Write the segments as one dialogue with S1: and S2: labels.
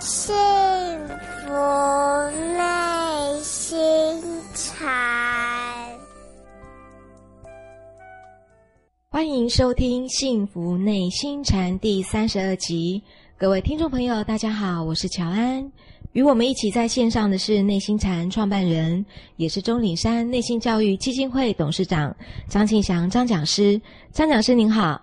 S1: 幸福内心禅。
S2: 欢迎收听《幸福内心禅》第三十二集，各位听众朋友，大家好，我是乔安。与我们一起在线上的是内心禅创办人，也是钟岭山内心教育基金会董事长张庆祥张讲师。张讲师您好，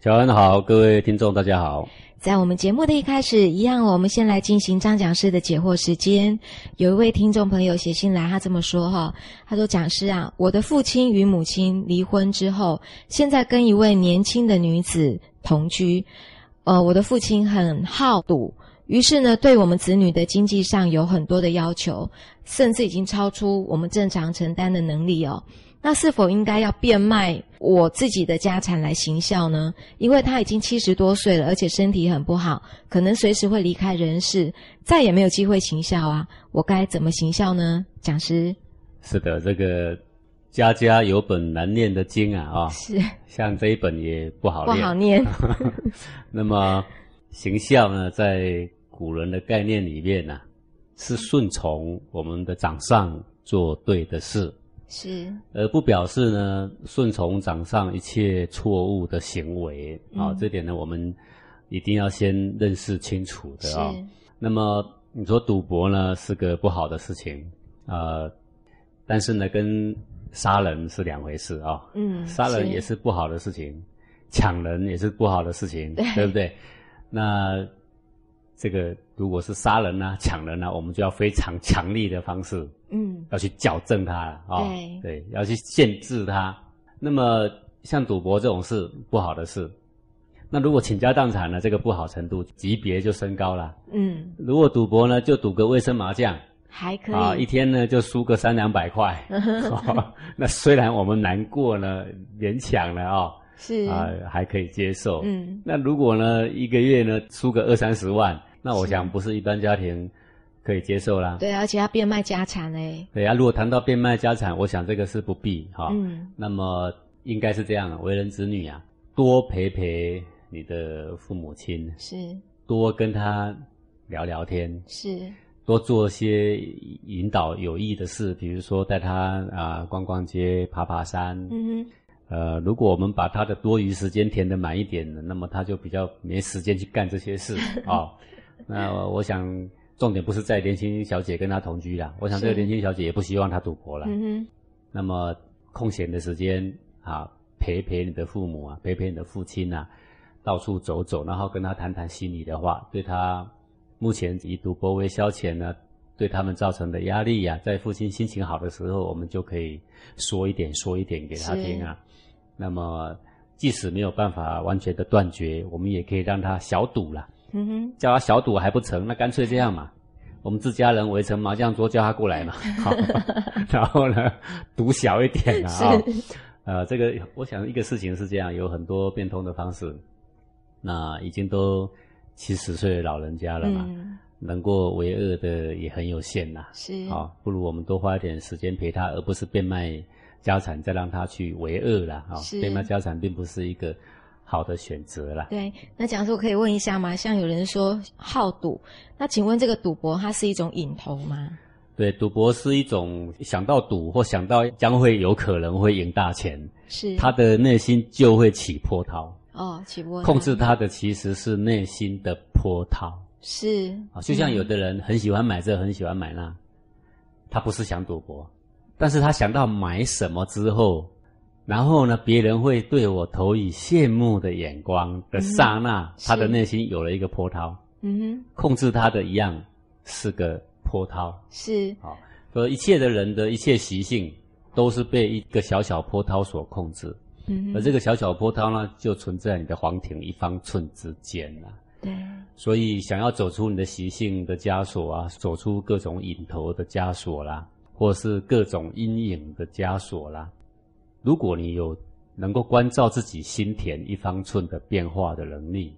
S3: 乔安好，各位听众大家好。
S2: 在我们节目的一开始，一样，我们先来进行张讲师的解惑时间。有一位听众朋友写信来，他这么说哈，他说：“讲师啊，我的父亲与母亲离婚之后，现在跟一位年轻的女子同居。呃，我的父亲很好赌，于是呢，对我们子女的经济上有很多的要求，甚至已经超出我们正常承担的能力哦。”那是否应该要变卖我自己的家产来行孝呢？因为他已经七十多岁了，而且身体很不好，可能随时会离开人世，再也没有机会行孝啊！我该怎么行孝呢？讲师
S3: 是的，这个家家有本难念的经啊啊、
S2: 是
S3: 像这一本也不好
S2: 不
S3: 念。
S2: 好念，
S3: 那么行孝呢，在古人的概念里面呢、是顺从我们的掌上做对的事，
S2: 是
S3: 而不表示呢顺从掌上一切错误的行为啊、
S2: 嗯
S3: 这点呢，我们一定要先认识清楚的
S2: 是
S3: 啊、那么你说赌博呢是个不好的事情，呃，但是呢跟杀人是两回事啊、
S2: 嗯，
S3: 杀人也是不好的事情，抢人也是不好的事情，
S2: 对
S3: 不对？那这个如果是杀人啊、抢人啊，我们就要非常强力的方式
S2: 嗯
S3: 要去矫正它了啊、
S2: 对
S3: 对，要去限制它。那么像赌博这种事不好的事，那如果倾家荡产呢，这个不好程度级别就升高了。
S2: 嗯，
S3: 如果赌博呢，就赌个卫生麻将
S2: 还可以，
S3: 啊，一天呢就输个三两百 块、哦那虽然我们难过呢，勉强了啊、
S2: 是
S3: 啊、还可以接受。
S2: 嗯
S3: 那如果呢一个月呢输个二三十万，那我想不是一般家庭可以接受啦。
S2: 对，啊而且要变卖家产哎嘞，
S3: 对啊，如果谈到变卖家产，我想这个是不必哈、
S2: 嗯
S3: 那么应该是这样，为人子女啊，多陪陪你的父母亲，
S2: 是
S3: 多跟他聊聊天，
S2: 是
S3: 多做些引导有益的事，比如说带他啊、逛逛街、爬爬山。
S2: 嗯哼
S3: 呃，如果我们把他的多余时间填得满一点，那么他就比较没时间去干这 些事啊、那我想重点不是在年轻小姐跟他同居啦，我想这个
S2: 是
S3: 年轻小姐也不希望他赌博啦。
S2: 嗯
S3: 那么空闲的时间啊，陪陪你的父母啊，陪陪你的父亲啊，到处走走，然后跟他谈谈心里的话，对他目前以赌博为消遣呢，对他们造成的压力呀、在父亲心情好的时候，我们就可以说一点说一点给他听啊。那么即使没有办法完全的断绝，我们也可以让他小赌啦，
S2: 哼嗯哼
S3: 叫他小赌还不成，那干脆这样嘛，我们自家人围成麻将桌，叫他 过来嘛，好然后呢，赌小一点啊、哦
S2: 是
S3: 呃，这个我想一个事情是这样，有很多变通的方式。那已经都七十岁的老人家了嘛，
S2: 嗯
S3: 能够为恶的也很有限呐、
S2: 是
S3: 好、不如我们多花一点时间陪他，而不是变卖家产再让他去为恶啦。啊、
S2: 是
S3: 变卖家产并不是一个好的选择啦。
S2: 对，那假设我可以问一下吗？像有人说好赌，那请问这个赌博它是一种瘾头吗？
S3: 对，赌博是一种想到赌或想到将会有可能会赢大钱，
S2: 是
S3: 他的内心就会起波涛。
S2: 哦，起波
S3: 控制他的其实是内心的波涛
S2: 是嗯
S3: 啊，就像有的人很喜欢买这，很喜欢买那，他不是想赌博，但是他想到买什么之后，然后呢，别人会对我投以羡慕的眼光的刹那，
S2: 是
S3: 他的内心有了一个波涛，
S2: 嗯
S3: 控制他的一样是个波涛。
S2: 哼是
S3: 好，所以一切的人的一切习性都是被一个小小波涛所控制，
S2: 嗯
S3: 而
S2: 哼
S3: 这个小小波涛呢，就存在你的黄庭一方寸之间啊。
S2: 对
S3: 所以，想要走出你的习性的枷锁啊，走出各种瘾头的枷锁啦，或是各种阴影的枷锁啦，如果你有能够关照自己心田一方寸的变化的能力，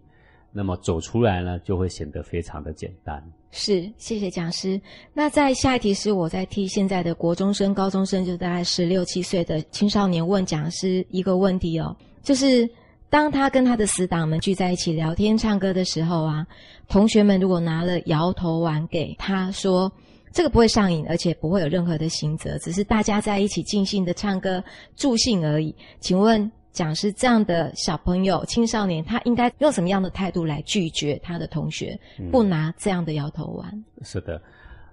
S3: 那么走出来呢，就会显得非常的简单。
S2: 是谢谢讲师。那在下一题是我在替现在的国中生、高中生，就大概十六七岁的青少年问讲师一个问题哦，就是当他跟他的死党们聚在一起聊天、唱歌的时候啊，同学们如果拿了摇头丸给他说，这个不会上瘾，而且不会有任何的刑责，只是大家在一起尽兴的唱歌助兴而已。请问讲师，这样的小朋友、青少年，他应该用什么样的态度来拒绝他的同学
S3: 嗯
S2: 不拿这样的摇头丸？
S3: 是的，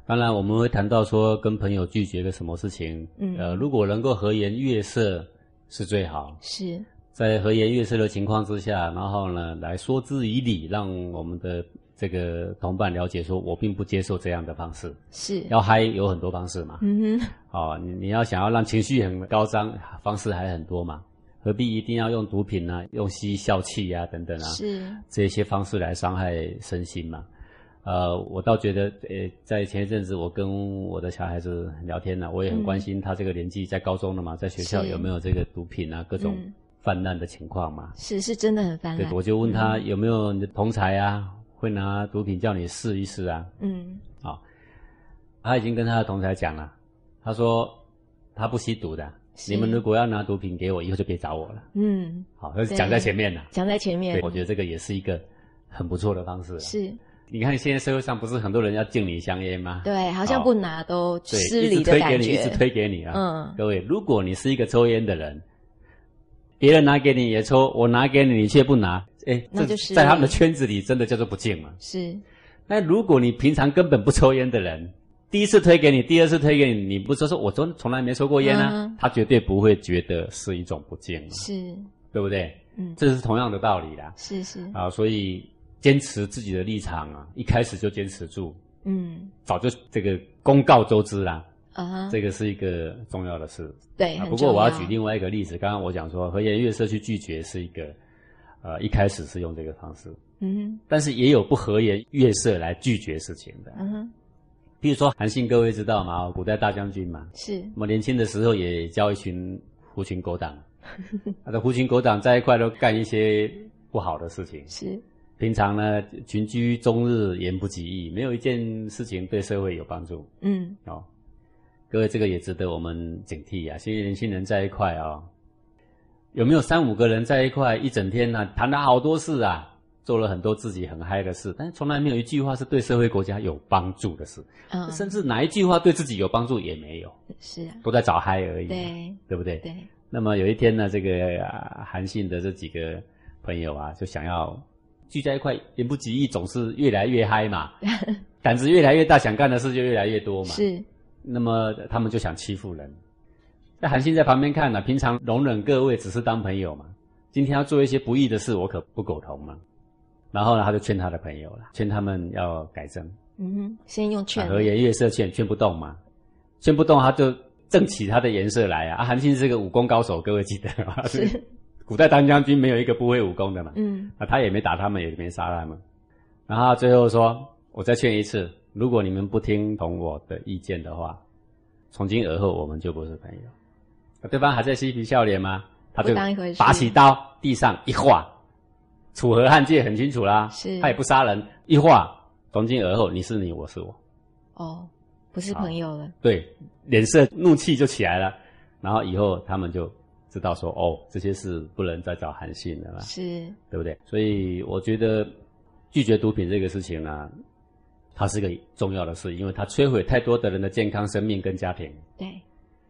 S3: 当然我们会谈到说跟朋友拒绝个什么事情，
S2: 嗯
S3: 呃，如果能够和颜悦色是最好。
S2: 是，
S3: 在和颜悦色的情况之下，然后呢，来说之以理，让我们的这个同伴了解说，我并不接受这样的方式。
S2: 是，
S3: 要嗨有很多方式嘛，
S2: 嗯哼，
S3: 哦，你你要想要让情绪很高涨，方式还很多嘛，何必一定要用毒品啊，用吸笑气啊等等啊，
S2: 是，
S3: 这些方式来伤害身心嘛？呃，我倒觉得，呃，在前一阵子我跟我的小孩子聊天呢、啊我也很
S2: 嗯
S3: 关心他这个年纪在高中了嘛，在学校
S2: 是
S3: 有没有这个毒品啊各种
S2: 嗯
S3: 泛滥的情况嘛？
S2: 是是真的很啊泛
S3: 对
S2: 滥，。
S3: 我就问
S2: 嗯
S3: 他有没有你的同才啊，会拿毒品叫你试一试啊？
S2: 嗯，
S3: 他已经跟他的同才讲了，他说他不吸毒的，
S2: 是
S3: 你们如果要拿毒品给我，以后就别找我了。
S2: 嗯，
S3: 好，他是讲在前面了。
S2: 讲在前面
S3: 对，我觉得这个也是一个很不错的方式、啊。
S2: 是
S3: 你看现在社会上不是很多人要敬你香烟吗？
S2: 对，好像
S3: 好
S2: 不拿都
S3: 对，
S2: 失
S3: 一
S2: 礼的
S3: 直推
S2: 感
S3: 给你，一
S2: 觉
S3: 直。推给你啊。
S2: 嗯
S3: 各位，如果你是一个抽烟的人，别人拿给你也抽，我拿给你你却不拿，哎，
S2: 那
S3: 这
S2: 就是
S3: 在他们的圈子里真的叫做不敬嘛。
S2: 是，
S3: 那如果你平常根本不抽烟的人，第一次推给你，第二次推给你，你不是说我从从来没抽过烟啊，
S2: 嗯
S3: 他绝对不会觉得是一种不敬嘛，
S2: 是，
S3: 对不对？
S2: 嗯，
S3: 这是同样的道理啦。
S2: 是是，
S3: 啊，所以坚持自己的立场啊，一开始就坚持住，
S2: 嗯
S3: 早就这个公告周知啦，
S2: 啊哈，
S3: 这个是一个重要的事。
S2: 对，
S3: 啊
S2: 很
S3: 不过我要
S2: 重
S3: 举另外一个例子，刚刚我讲说和颜悦色去拒绝是一个，呃，一开始是用这个方式，
S2: 嗯
S3: 但是也有不和颜悦色来拒绝事情的
S2: 哼，。嗯哼，
S3: 比如说韩信，各位知道吗？古代大将军嘛，
S2: 是，
S3: 我年轻的时候也教一群狐群 狗党，啊他的狐群狗党在一块都干一些不好的事情。
S2: 是，
S3: 平常呢，群居终日，言不及义，没有一件事情对社会有帮助
S2: 嗯，
S3: 哦。各位，这个也值得我们警惕啊！现在年轻人在一块啊、哦，有没有三五个人在一块一整天呢、啊谈了好多事啊，做了很多自己很嗨的事，但是从来没有一句话是对社会国家有帮助的事，
S2: 嗯，
S3: 甚至哪一句话对自己有帮助也没有，
S2: 是啊，
S3: 都在找嗨而已，
S2: 对
S3: 对不对？
S2: 对，
S3: 那么有一天呢，这个、啊、韩信的这几个朋友啊，就想要聚在一块，言不及义，总是越来越 嗨嘛，胆子越来越大，想干的事就越来越多嘛。。
S2: 是，
S3: 那么他们就想欺负人。那韩信在旁边看呢、啊平常容忍各位只是当朋友嘛，今天要做一些不义的事，我可不苟同嘛。然后呢，他就劝他的朋友了，劝他们要改正，
S2: 嗯哼，先用
S3: 啊
S2: 劝
S3: 和
S2: 的，
S3: 颜悦色劝，劝不动嘛，劝不动他就正起他的颜色来啊。啊韩信是个武功高手，各位记得吗？
S2: 是，
S3: 古代当将军没有一个不会武功的嘛，
S2: 嗯，
S3: 啊，他也没打他们，也没杀他们。然后他最后说：“我再劝一次，如果你们不听从我的意见的话，从今而后我们就不是朋友。”啊对方还在嬉皮笑脸吗？他就
S2: 不当一回事
S3: 拔起刀，地上一划，楚河汉界很清楚啦，
S2: 是
S3: 他也不杀人，一划，从今而后你是你，我是我，
S2: 哦，不是
S3: 好
S2: 朋友了，
S3: 对，脸色怒气就起来了。然后以后他们就知道说，哦，这些事不能再找韩信了啦。
S2: 是，
S3: 对不对？所以我觉得拒绝毒品这个事情呢、它是个重要的事，因为它摧毁太多的人的健康、生命跟家庭，
S2: 对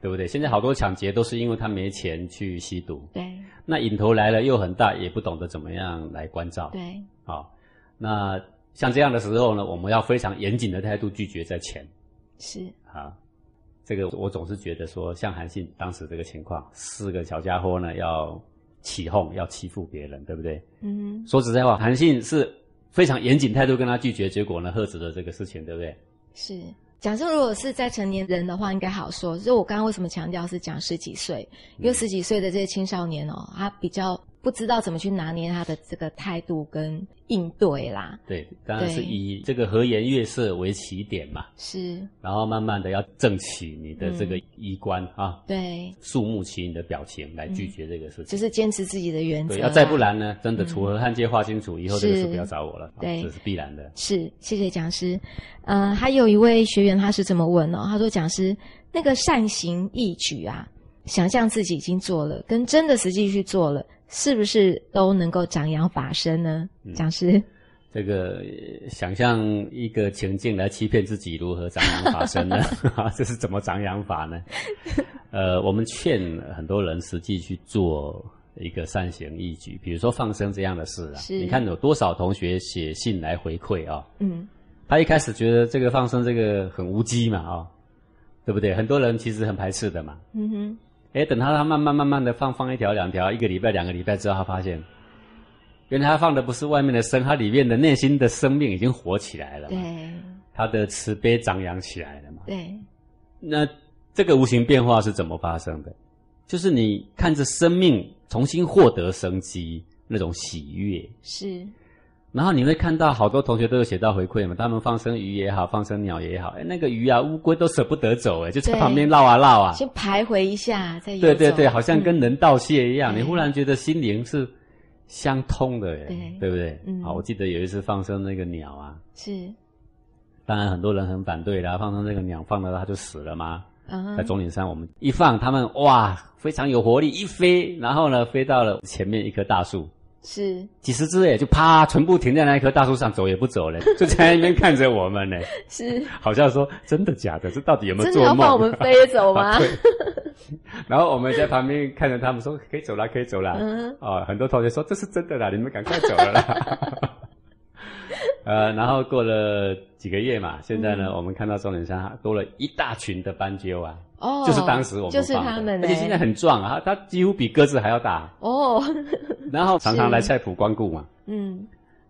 S3: 对不对？现在好多抢劫都是因为他没钱去吸毒，
S2: 对
S3: 那瘾头来了又很大，也不懂得怎么样来关照。
S2: 对，
S3: 啊、那像这样的时候呢，我们要非常严谨的态度拒绝在前
S2: 是，
S3: 啊。这个我总是觉得说，像韩信当时这个情况，四个小家伙呢要起哄，要欺负别人，对不对？
S2: 嗯哼，
S3: 说实在话，韩信是非常严谨态度跟他拒绝，结果呢，喝止了这个事情，对不对？
S2: 是。假设如果是在成年人的话，应该好说。所以我刚刚为什么强调是讲十几岁，因
S3: 嗯
S2: 为十几岁的这些青少年哦，他比较不知道怎么去拿捏他的这个态度跟应对啦。
S3: 对，当然是
S2: 对
S3: 以这个和颜悦色为起点嘛，
S2: 是，
S3: 然后慢慢的要正起你的这
S2: 嗯
S3: 个衣冠、啊，
S2: 对，
S3: 肃穆起你的表情来拒绝这个事情。
S2: 嗯就是坚持自己的原则
S3: 对，
S2: 啦。
S3: 要再不然呢，真的
S2: 嗯
S3: 楚河汉界划清楚，以后这个
S2: 是
S3: 事不要找我了，啊
S2: 对
S3: 这是必然的。
S2: 是，谢谢讲师。呃，还有一位学员他是这么问哦，他说：“讲师，那个善行义举啊，想象自己已经做了，跟真的实际去做了，是不是都能够长养法身呢？
S3: 嗯
S2: 讲师，
S3: 这个呃想象一个情境来欺骗自己，如何长养法身呢？ 这是怎么长养法呢？呃，我们劝很多人实际去做一个善行义举，比如说放生这样的事啊。
S2: 是
S3: 你看有多少同学写信来回馈啊、
S2: 嗯，
S3: 他一开始觉得这个放生这个很无稽嘛啊、对不对？很多人其实很排斥的嘛。
S2: 嗯哼，
S3: 哎，等他他慢慢慢慢的放放一条两条，一个礼拜两个礼拜之后，他发现，原来他放的不是外面的生，他里面的内心的生命已经活起来了嘛，
S2: 对
S3: 他的慈悲张扬起来了嘛。
S2: 对，
S3: 那这个无形变化是怎么发生的？就是你看着生命重新获得生机那种喜悦，
S2: 是，
S3: 然后你会看到好多同学都有写到回馈嘛，他们放生鱼也好，放生鸟也好，哎，那个鱼啊、乌龟都舍不得走，哎，就在
S2: 对
S3: 旁边绕啊绕啊。
S2: 先徘徊一下，再游
S3: 对对
S2: 走
S3: 对，好像
S2: 嗯
S3: 跟人道谢一样，
S2: 对
S3: 你忽然觉得心灵是相通的耶，
S2: 对
S3: 不对？
S2: 嗯
S3: 好，我记得有一次放生那个鸟啊，
S2: 是，
S3: 当然很多人很反对啦，放生那个鸟放了它就死了嘛，
S2: 嗯
S3: 在总岭山我们一放，它们哇非常有活力，一飞，然后呢飞到了前面一棵大树，
S2: 是，
S3: 几十只哎，就啪全部停在那一棵大树上，走也不走 嘞，就在那边看着我们呢，
S2: 是
S3: 好像说真的假的，这到底有没有
S2: 真的
S3: 做
S2: 要
S3: 梦？啊
S2: 放我们飞走 吗？
S3: 对然后我们在旁边看着他们说：“可以走啦，可以走啦。
S2: 嗯
S3: 哦，很多同学说：“这是真的啦，你们赶快走了啦。” 呃，然后过了几个月嘛，现在
S2: 嗯
S3: 呢，我们看到终点山多了一大群的斑鸠啊，
S2: 哦，
S3: 就是当时我们
S2: 就是
S3: 放的
S2: 他们欸嘞，
S3: 而且现在很壮啊，它它几乎比鸽子还要大，
S2: 哦，
S3: 然后常常来菜圃光顾嘛。
S2: 嗯，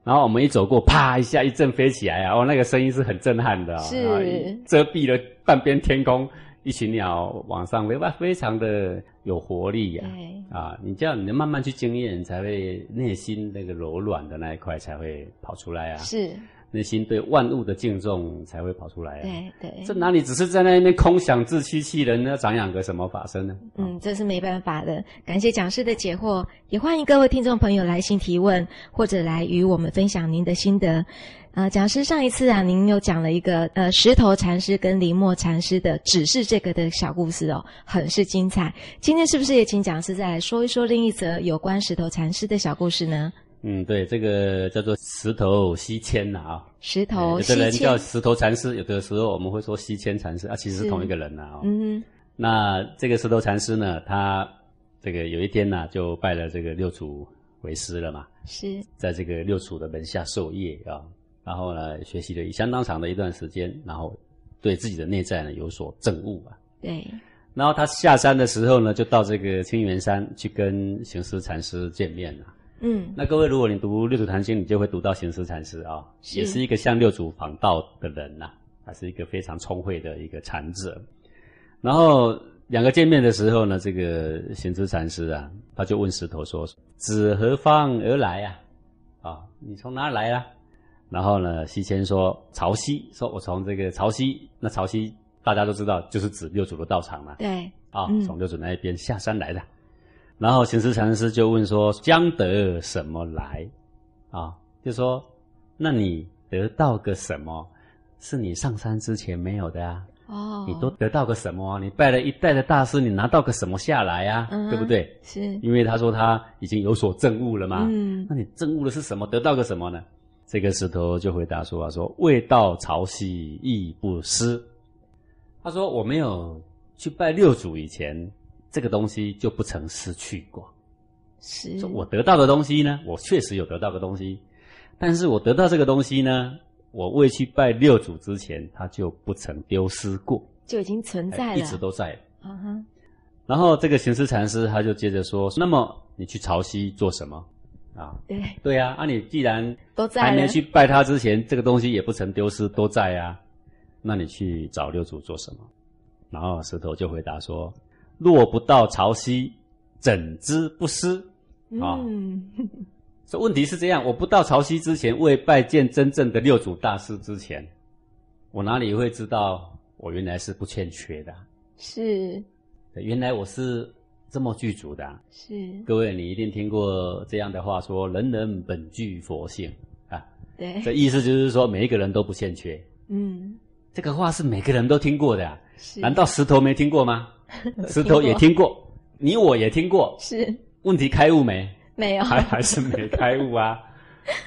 S3: 然后我们一走过，啪一下一阵飞起来啊！哦，那个声音是很震撼的、哦，
S2: 是
S3: 然后一遮蔽了半边天空，一群鸟往上飞，哇，非常的有活力呀、
S2: 对，
S3: 啊！你这样，你慢慢去经验，你才会内心那个柔软的那一块才会跑出来啊，
S2: 是，
S3: 内心对万物的敬重才会跑出来啊。
S2: 对对，
S3: 这哪里只是在那边空想自欺欺人呢？长养个什么法身呢？啊
S2: 嗯，这是没办法的。感谢讲师的解惑，也欢迎各位听众朋友来信提问，或者来与我们分享您的心得。呃，讲师上一次啊，您有讲了一个呃石头禅师跟林墨禅师的只是这个的小故事哦，很是精彩。今天是不是也请讲师再来说一说另一则有关石头禅师的小故事呢？
S3: 嗯，对，这个叫做石头西迁呐啊。
S2: 石头
S3: 有
S2: 西
S3: 的人
S2: 迁
S3: 叫，石头禅师，有的时候我们会说西迁禅师啊，其实
S2: 是
S3: 是同一个人呐、啊哦。
S2: 嗯，
S3: 那这个石头禅师呢，他这个有一天呢、就拜了这个六祖为师了嘛，
S2: 是
S3: 在这个六祖的门下授业啊，然后呢，学习了相当长的一段时间，然后对自己的内在呢有所证悟啊。
S2: 对，
S3: 然后他下山的时候呢，就到这个清源山去跟行思禅师见面了、
S2: 嗯，
S3: 那各位，如果你读六祖坛经，你就会读到行思禅师啊、
S2: 是
S3: 也是一个向六祖访道的人呐、他是一个非常聪慧的一个禅者。然后两个见面的时候呢，这个行思禅师啊，他就问石头说：“子何方而来啊？啊、你从哪来啊？”然后呢，西迁说：“潮汐，说我从这个潮汐。那潮汐大家都知道，就是指六祖的道场嘛。
S2: 对，
S3: 啊
S2: 嗯，
S3: 从六祖那一边下山来的。然后行思禅师就问说：“将得什么来？”啊，就说：“那你得到个什么，是你上山之前没有的啊？
S2: 哦，
S3: 你都得到个什么？啊你拜了一代的大师，你拿到个什么下来啊？
S2: 嗯哼
S3: 对不对？
S2: 是，
S3: 因为他说他已经有所证悟了嘛。
S2: 嗯，
S3: 那你证悟的是什么？得到个什么呢？”这个石头就回答说：“啊，说未到潮汐亦不失。”他说：“我没有去拜六祖以前，这个东西就不曾失去过。
S2: 是，
S3: 说我得到的东西呢，我确实有得到的东西，但是我得到这个东西呢，我未去拜六祖之前，它就不曾丢失过，
S2: 就已经存在
S3: 哎
S2: 了，
S3: 一直都在。
S2: 啊哈，
S3: 然后这个行思禅师他就接着说：那么你去潮汐做什么？啊，
S2: 对，
S3: 对啊，啊你既然
S2: 都在
S3: 还
S2: 了
S3: 没，去拜他之前，这个东西也不曾丢失，都在啊。那你去找六祖做什么？然后石头就回答说：“若不到潮汐，怎知不失啊
S2: 嗯，？”
S3: 所以问题是这样：我不到潮汐之前，未拜见真正的六祖大师之前，我哪里会知道我原来是不欠缺的啊、
S2: 是
S3: 对原来我是这么具足的啊、
S2: 是，
S3: 各位，你一定听过这样的话说：“人人本具佛性。”啊，
S2: 对，
S3: 这意思就是说，每一个人都不欠缺。
S2: 嗯，
S3: 这个话是每个人都听过的、啊，
S2: 是，
S3: 难道石头没听过吗？石头也听过，你我也听过。
S2: 是
S3: 问题开悟没？
S2: 没有，
S3: 还还是没开悟啊，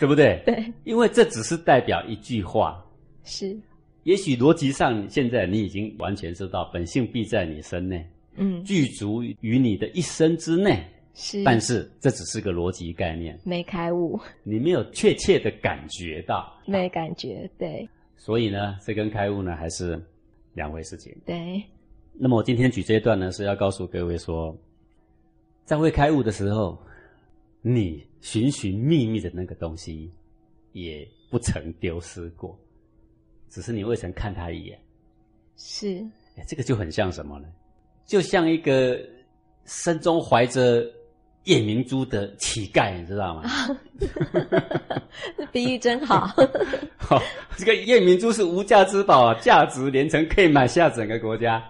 S3: 对不对？
S2: 对，
S3: 因为这只是代表一句话，
S2: 是，
S3: 也许逻辑上现在你已经完全知道本性必在你身内，
S2: 嗯，
S3: 具足于你的一生之内，
S2: 是，
S3: 但是这只是个逻辑概念，
S2: 没开悟，
S3: 你没有确切的感觉到，
S2: 没感觉，对
S3: 所以呢，这跟开悟呢还是两回事情。
S2: 对，
S3: 那么我今天举这一段呢，是要告诉各位说，在未开悟的时候，你寻寻觅觅的那个东西，也不曾丢失过，只是你未曾看它一眼。
S2: 是，
S3: 哎，这个就很像什么呢？就像一个身中怀着夜明珠的乞丐，你知道吗？
S2: 这比喻真好，
S3: 好、哦这个夜明珠是无价之宝啊，价值连城，可以买下整个国家。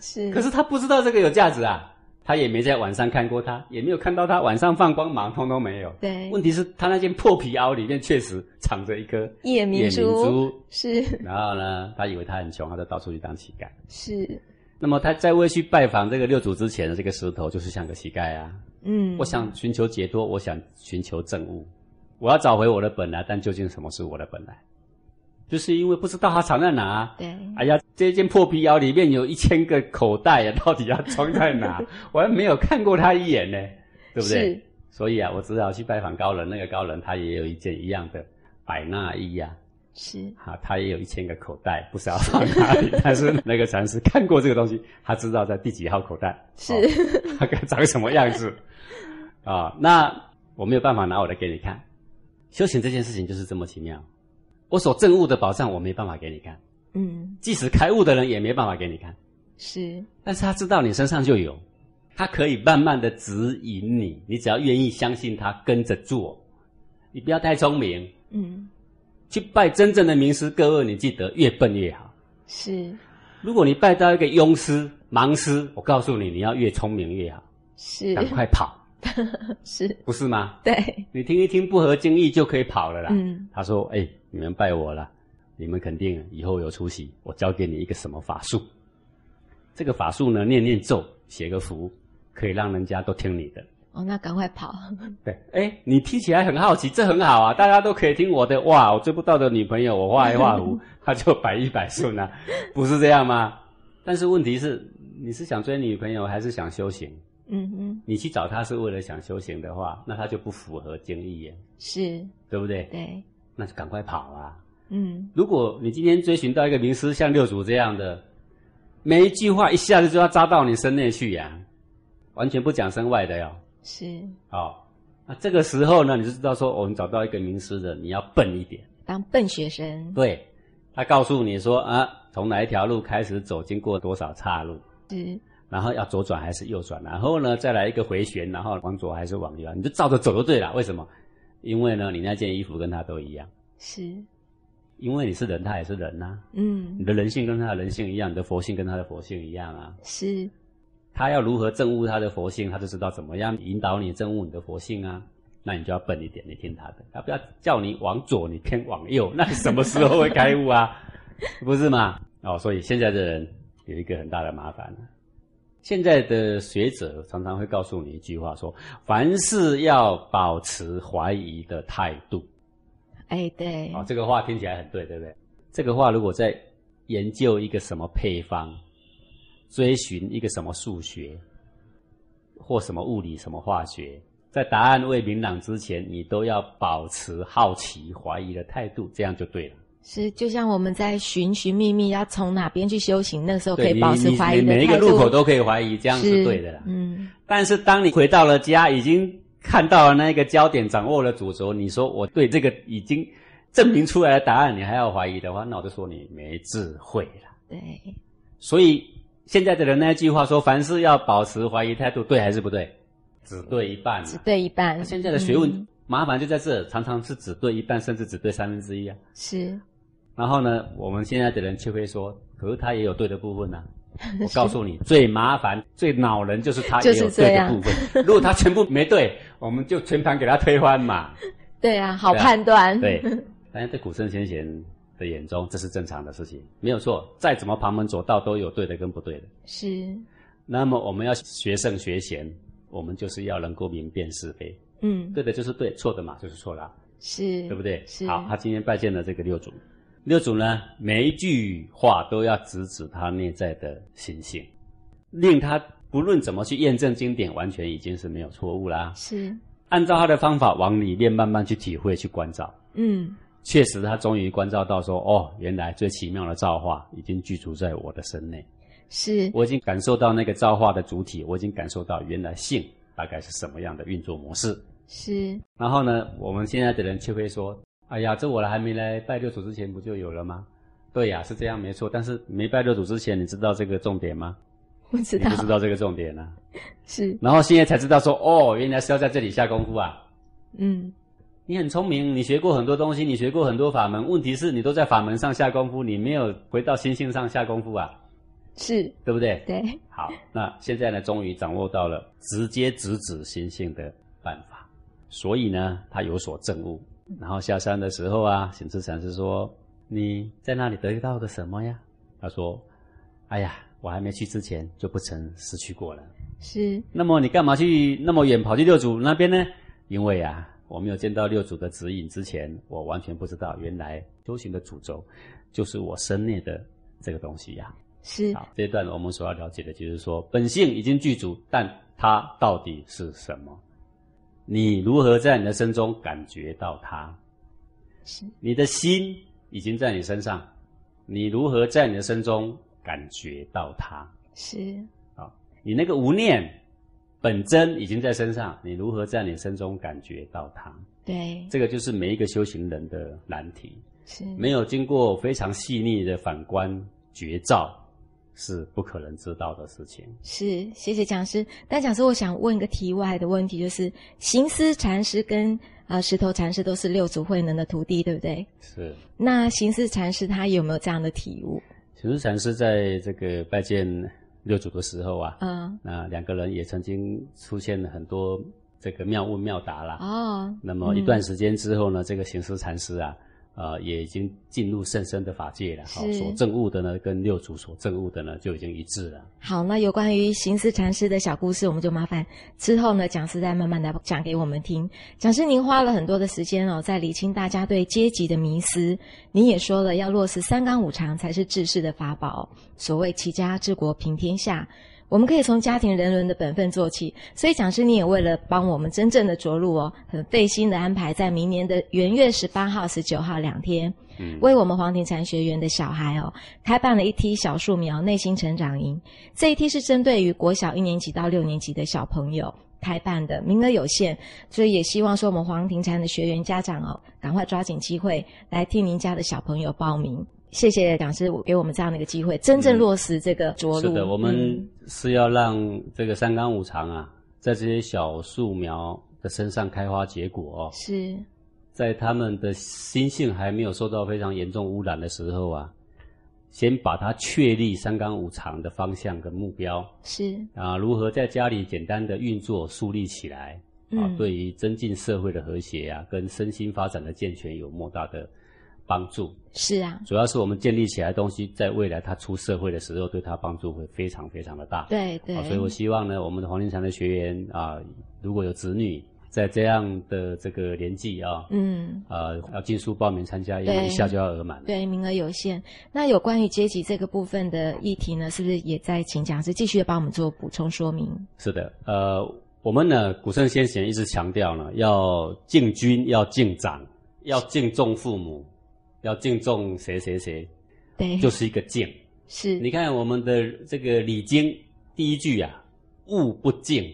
S2: 是，
S3: 可是他不知道这个有价值啊，他也没在晚上看过它，也没有看到它晚上放光芒，通通没有。
S2: 对，
S3: 问题是，他那件破皮袄里面确实藏着一颗
S2: 夜明珠
S3: 珠
S2: 是
S3: 然后呢，他以为他很穷，他就到处去当乞丐。
S2: 是，
S3: 那么他在未去拜访这个六祖之前的这个石头，就是像个乞丐啊。
S2: 嗯，
S3: 我想寻求解脱，我想寻求正悟，我要找回我的本来。但究竟什么是我的本来？就是因为不知道它藏在哪啊、
S2: 对，
S3: 哎呀，这件破皮袄里面有一千个口袋呀，到底要装在哪？我还没有看过他一眼呢，对不对
S2: 是？
S3: 所以啊，我只好去拜访高人。那个高人他也有一件一样的百纳衣呀、
S2: 是
S3: 啊，他也有一千个口袋，不知道放哪里。但是那个禅师看过这个东西，他知道在第几号口袋，
S2: 是
S3: 哦大概长什么样子啊、那我没有办法拿我的给你看。修行这件事情就是这么奇妙，我所证悟的宝藏我没办法给你看。
S2: 嗯
S3: 即使开悟的人也没办法给你看，
S2: 是
S3: 但是他知道你身上就有，他可以慢慢的指引你，你只要愿意相信他，跟着做，你不要太聪明，
S2: 嗯
S3: 去拜真正的名师。各位，你记得越笨越好。
S2: 是
S3: 如果你拜到一个庸师、盲师，我告诉你，你要越聪明越好，
S2: 是
S3: 赶快跑，
S2: 是，
S3: 不是吗？
S2: 对，
S3: 你听一听不合经意就可以跑了啦。
S2: 嗯
S3: 他说：“哎、你们拜我了，你们肯定以后有出息。我教给你一个什么法术？这个法术呢，念念咒，写个符，可以让人家都听你的。
S2: 哦，那赶快跑，
S3: 对，哎、你听起来很好奇，这很好啊，大家都可以听我的。哇，我追不到的女朋友，我画一画符，她就百依百顺啊，不是这样吗？但是问题是，你是想追女朋友还是想修行？
S2: 嗯嗯
S3: 你去找她是为了想修行的话，那她就不符合经义耶，
S2: 是，
S3: 对不对？
S2: 对，
S3: 那就赶快跑啊！
S2: 嗯
S3: 如果你今天追寻到一个名师，像六祖这样的，每一句话一下子就要扎到你身内去呀、完全不讲身外的哟。
S2: 是，
S3: 哦，那这个时候呢，你就知道说，我、们找到一个名师的，你要笨一点。
S2: 当笨学生
S3: 对，他告诉你说啊，从哪一条路开始走，经过多少岔路，
S2: 是
S3: 然后要左转还是右转，然后呢再来一个回旋，然后往左还是往右，你就照着走就对了。为什么？因为呢，你那件衣服跟他都一样，
S2: 是，
S3: 因为你是人，他也是人呐、你
S2: 嗯
S3: 的人性跟他的人性一样，你的佛性跟他的佛性一样啊。
S2: 是
S3: 他要如何证悟他的佛性，他就知道怎么样引导你证悟你的佛性啊。那你就要笨一点，你听他的，他不要叫你往左，你偏往右，那你什么时候会开悟啊？ 不是吗？哦，所以现在的人有一个很大的麻烦啊现在的学者常常会告诉你一句话说：凡事要保持怀疑的态度。
S2: 哎对
S3: 哦，这个话听起来很对，对不对？这个话如果在研究一个什么配方，追寻一个什么数学，或什么物理、什么化学，在答案未明朗之前，你都要保持好奇、怀疑的态度，这样就对了。
S2: 是，就像我们在寻寻觅觅要从哪边去修行，那个时候可
S3: 对
S2: 以
S3: 你
S2: 保持
S3: 你
S2: 怀疑
S3: 你
S2: 的
S3: 每一个
S2: 态
S3: 路
S2: 度
S3: 口都可以怀疑，这样是对的啦。
S2: 嗯
S3: 但是当你回到了家，已经看到了那个焦点，掌握了主轴，你说我对这个已经证明出来的答案，你还要怀疑的话，那我就说你没智慧了。
S2: 对
S3: 所以现在的人那句话说，凡事要保持怀疑态度，对还是不对？只对一半、
S2: 只
S3: 啊。
S2: 对一半，
S3: 现在的学问、
S2: 嗯
S3: 麻烦就在这，常常是只对一半，甚至只对三分之一啊。
S2: 是
S3: 然后呢，我们现在的人却会说，可是他也有对的部 分呢、我告诉你，最麻烦、最恼人就是他也
S2: 就
S3: 有
S2: 是这
S3: 对的
S2: 样
S3: 部分。如果他全部没对，我们就全盘给他推 翻嘛。
S2: 对啊，好
S3: 对啊
S2: 判断，
S3: 对，但是在古圣先贤的眼中，这是正常的事情，没有错。再怎么旁门左道，都有对的跟不对的。
S2: 是
S3: 那么我们要学圣学贤，我们就是要能够明辨是非，
S2: 嗯，
S3: 对的就是对，错的嘛就是错啦，
S2: 是，
S3: 对不对？
S2: 是，
S3: 好，他今天拜见了这个六祖，六祖呢，每一句话都要直指他内在的心性，令他不论怎么去验证经典，完全已经是没有错误啦。
S2: 是，
S3: 按照他的方法往里面慢慢去体会、去关照。
S2: 嗯，
S3: 确实，他终于关照到说：“哦，原来最奇妙的造化已经具足在我的身内，
S2: 是，
S3: 我已经感受到那个造化的主体，我已经感受到原来性大概是什么样的运作模式。”
S2: 是，
S3: 然后呢，我们现在的人却会说：“哎呀，这我还没来拜六祖之前不就有了吗？”对呀、是这样没错。但是没拜六祖之前，你知道这个重点吗？
S2: 不知
S3: 你
S2: 道
S3: 不，知道这个重点啊。
S2: 是，
S3: 然后现在才知道说：“哦，原来是要在这里下功夫啊。”
S2: 嗯，
S3: 你很聪明，你学过很多东西，你学过很多法门。问题是你都在法门上下功夫，你没有回到心性上下功夫啊，
S2: 是，
S3: 对不对？
S2: 对，
S3: 好，那现在呢，终于掌握到了直接直指心性的办法，所以呢，他有所证悟。然后下山的时候啊，行智禅师说：“你在那里得到个什么呀？”他说：“哎呀，我还没去之前就不曾失去过了。”
S2: 是，
S3: 那么你干嘛去那么远跑去六祖那边呢？因为啊，我没有见到六祖的指引之前，我完全不知道原来修行的主轴就是我身内的这个东西呀、
S2: 是，
S3: 好，这一段我们所要了解的就是说，本性已经具足，但它到底是什么？你如何在你的身中感觉到它？
S2: 是，
S3: 你的心已经在你身上，你如何在你的身中感觉到它？
S2: 是，
S3: 你那个无念本真已经在身上，你如何在你身中感觉到它？
S2: 对，
S3: 这个就是每一个修行人的难题，
S2: 是，
S3: 没有经过非常细腻的反观觉照，是不可能知道的事情。
S2: 是，谢谢讲师。但讲师，我想问一个题外的问题，就是行思禅师跟呃石头禅师都是六祖慧能的徒弟，对不对？
S3: 是，
S2: 那行思禅师他有没有这样的体悟？
S3: 玄师禅师在这个拜见六祖的时候啊，
S2: 嗯，
S3: 那两个人也曾经出现了很多这个妙问妙答啦。
S2: 哦，
S3: 那么一段时间之后呢，这个行思禅师啊，呃，也已经进入甚深的法界了。
S2: 嗯是
S3: 所证悟的呢，跟六祖所证悟的呢，就已经一致了。
S2: 好，那有关于行思禅师的小故事，我们就麻烦之后呢，讲师再慢慢的讲给我们听。讲师，您花了很多的时间哦，在理清大家对阶级的迷思。您也说了，要落实三纲五常才是治世的法宝。所谓齐家治国平天下，我们可以从家庭人伦的本分做起。所以，讲师你也为了帮我们真正的着陆哦，很费心的安排在明年的元月十八号、十九号两天，
S3: 嗯，
S2: 为我们黄庭禅学员的小孩哦，开办了一批小树苗内心成长营。这一梯是针对于国小一年级到六年级的小朋友开办的，名额有限，所以也希望说我们黄庭禅的学员家长哦，赶快抓紧机会来替您家的小朋友报名。谢谢讲师给我们这样的一个机会，真正落实这个着陆。
S3: 是的，我
S2: 嗯
S3: 们是要让这个三纲五常啊，在这些小树苗的身上开花结果哦。
S2: 是
S3: 在他们的心性还没有受到非常严重污染的时候啊，先把它确立三纲五常的方向跟目标
S2: 是，
S3: 啊，如何在家里简单的运作树立起来啊，
S2: 嗯
S3: 对于增进社会的和谐啊，跟身心发展的健全有莫大的帮助。
S2: 是啊，
S3: 主要是我们建立起来的东西，在未来他出社会的时候，对他帮助会非常非常的大。
S2: 对对，
S3: 啊，所以我希望呢，我们的黄庭禅的学员啊，如果有子女在这样的这个年纪啊，
S2: 嗯。
S3: 呃，要尽速报名参加，因
S2: 对
S3: 为一下就要额满了。
S2: 对，名额有限。那有关于阶级这个部分的议题呢，是不是也在请讲师继续地帮我们做补充说明？
S3: 是的，呃，我们呢，古圣先贤一直强调呢，要敬君，要敬长，要敬重父母，要敬重谁谁谁，
S2: 对，
S3: 就是一个敬。
S2: 是
S3: 你看我们的这个《礼经》第一句啊，“物不敬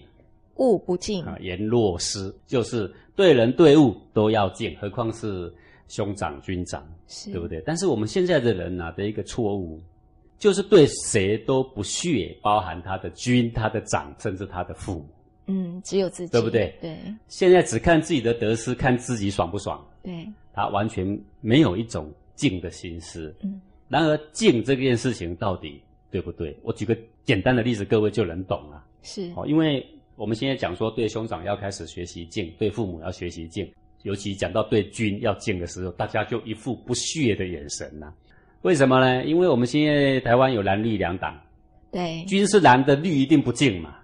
S2: 物不敬，
S3: 啊，言若失”，就是对人对物都要敬，何况是兄长、君长。
S2: 是
S3: 对不？对？但是我们现在的人啊、的一个错误，就是对谁都不屑，包含他的君、他的长，甚至他的父母。
S2: 嗯，只有自己，
S3: 对不对
S2: 对
S3: 现在只看自己的得失，看自己爽不爽，
S2: 对，
S3: 他完全没有一种敬的心思。
S2: 嗯，
S3: 然而敬这件事情到底对不对？我举个简单的例子，各位就能懂了、
S2: 是
S3: 哦，因为我们现在讲说，对兄长要开始学习敬，对父母要学习敬，尤其讲到对君要敬的时候，大家就一副不屑的眼神呐、为什么呢？因为我们现在台湾有蓝绿两党，
S2: 对，
S3: 君是蓝的，绿一定不敬嘛；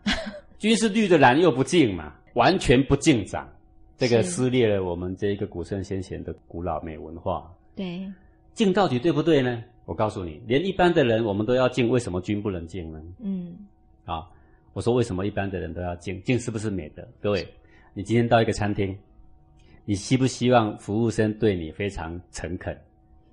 S3: 君是绿的，蓝又不敬嘛，完全不敬长。这个
S2: 是
S3: 撕裂了我们这一个古圣先贤的古老美文化。
S2: 对，
S3: 敬到底对不对呢？我告诉你，连一般的人我们都要敬，为什么君不能敬呢？
S2: 嗯，
S3: 啊，我说为什么一般的人都要敬？敬是不是美德？各位，你今天到一个餐厅，你希不希望服务生对你非常诚恳？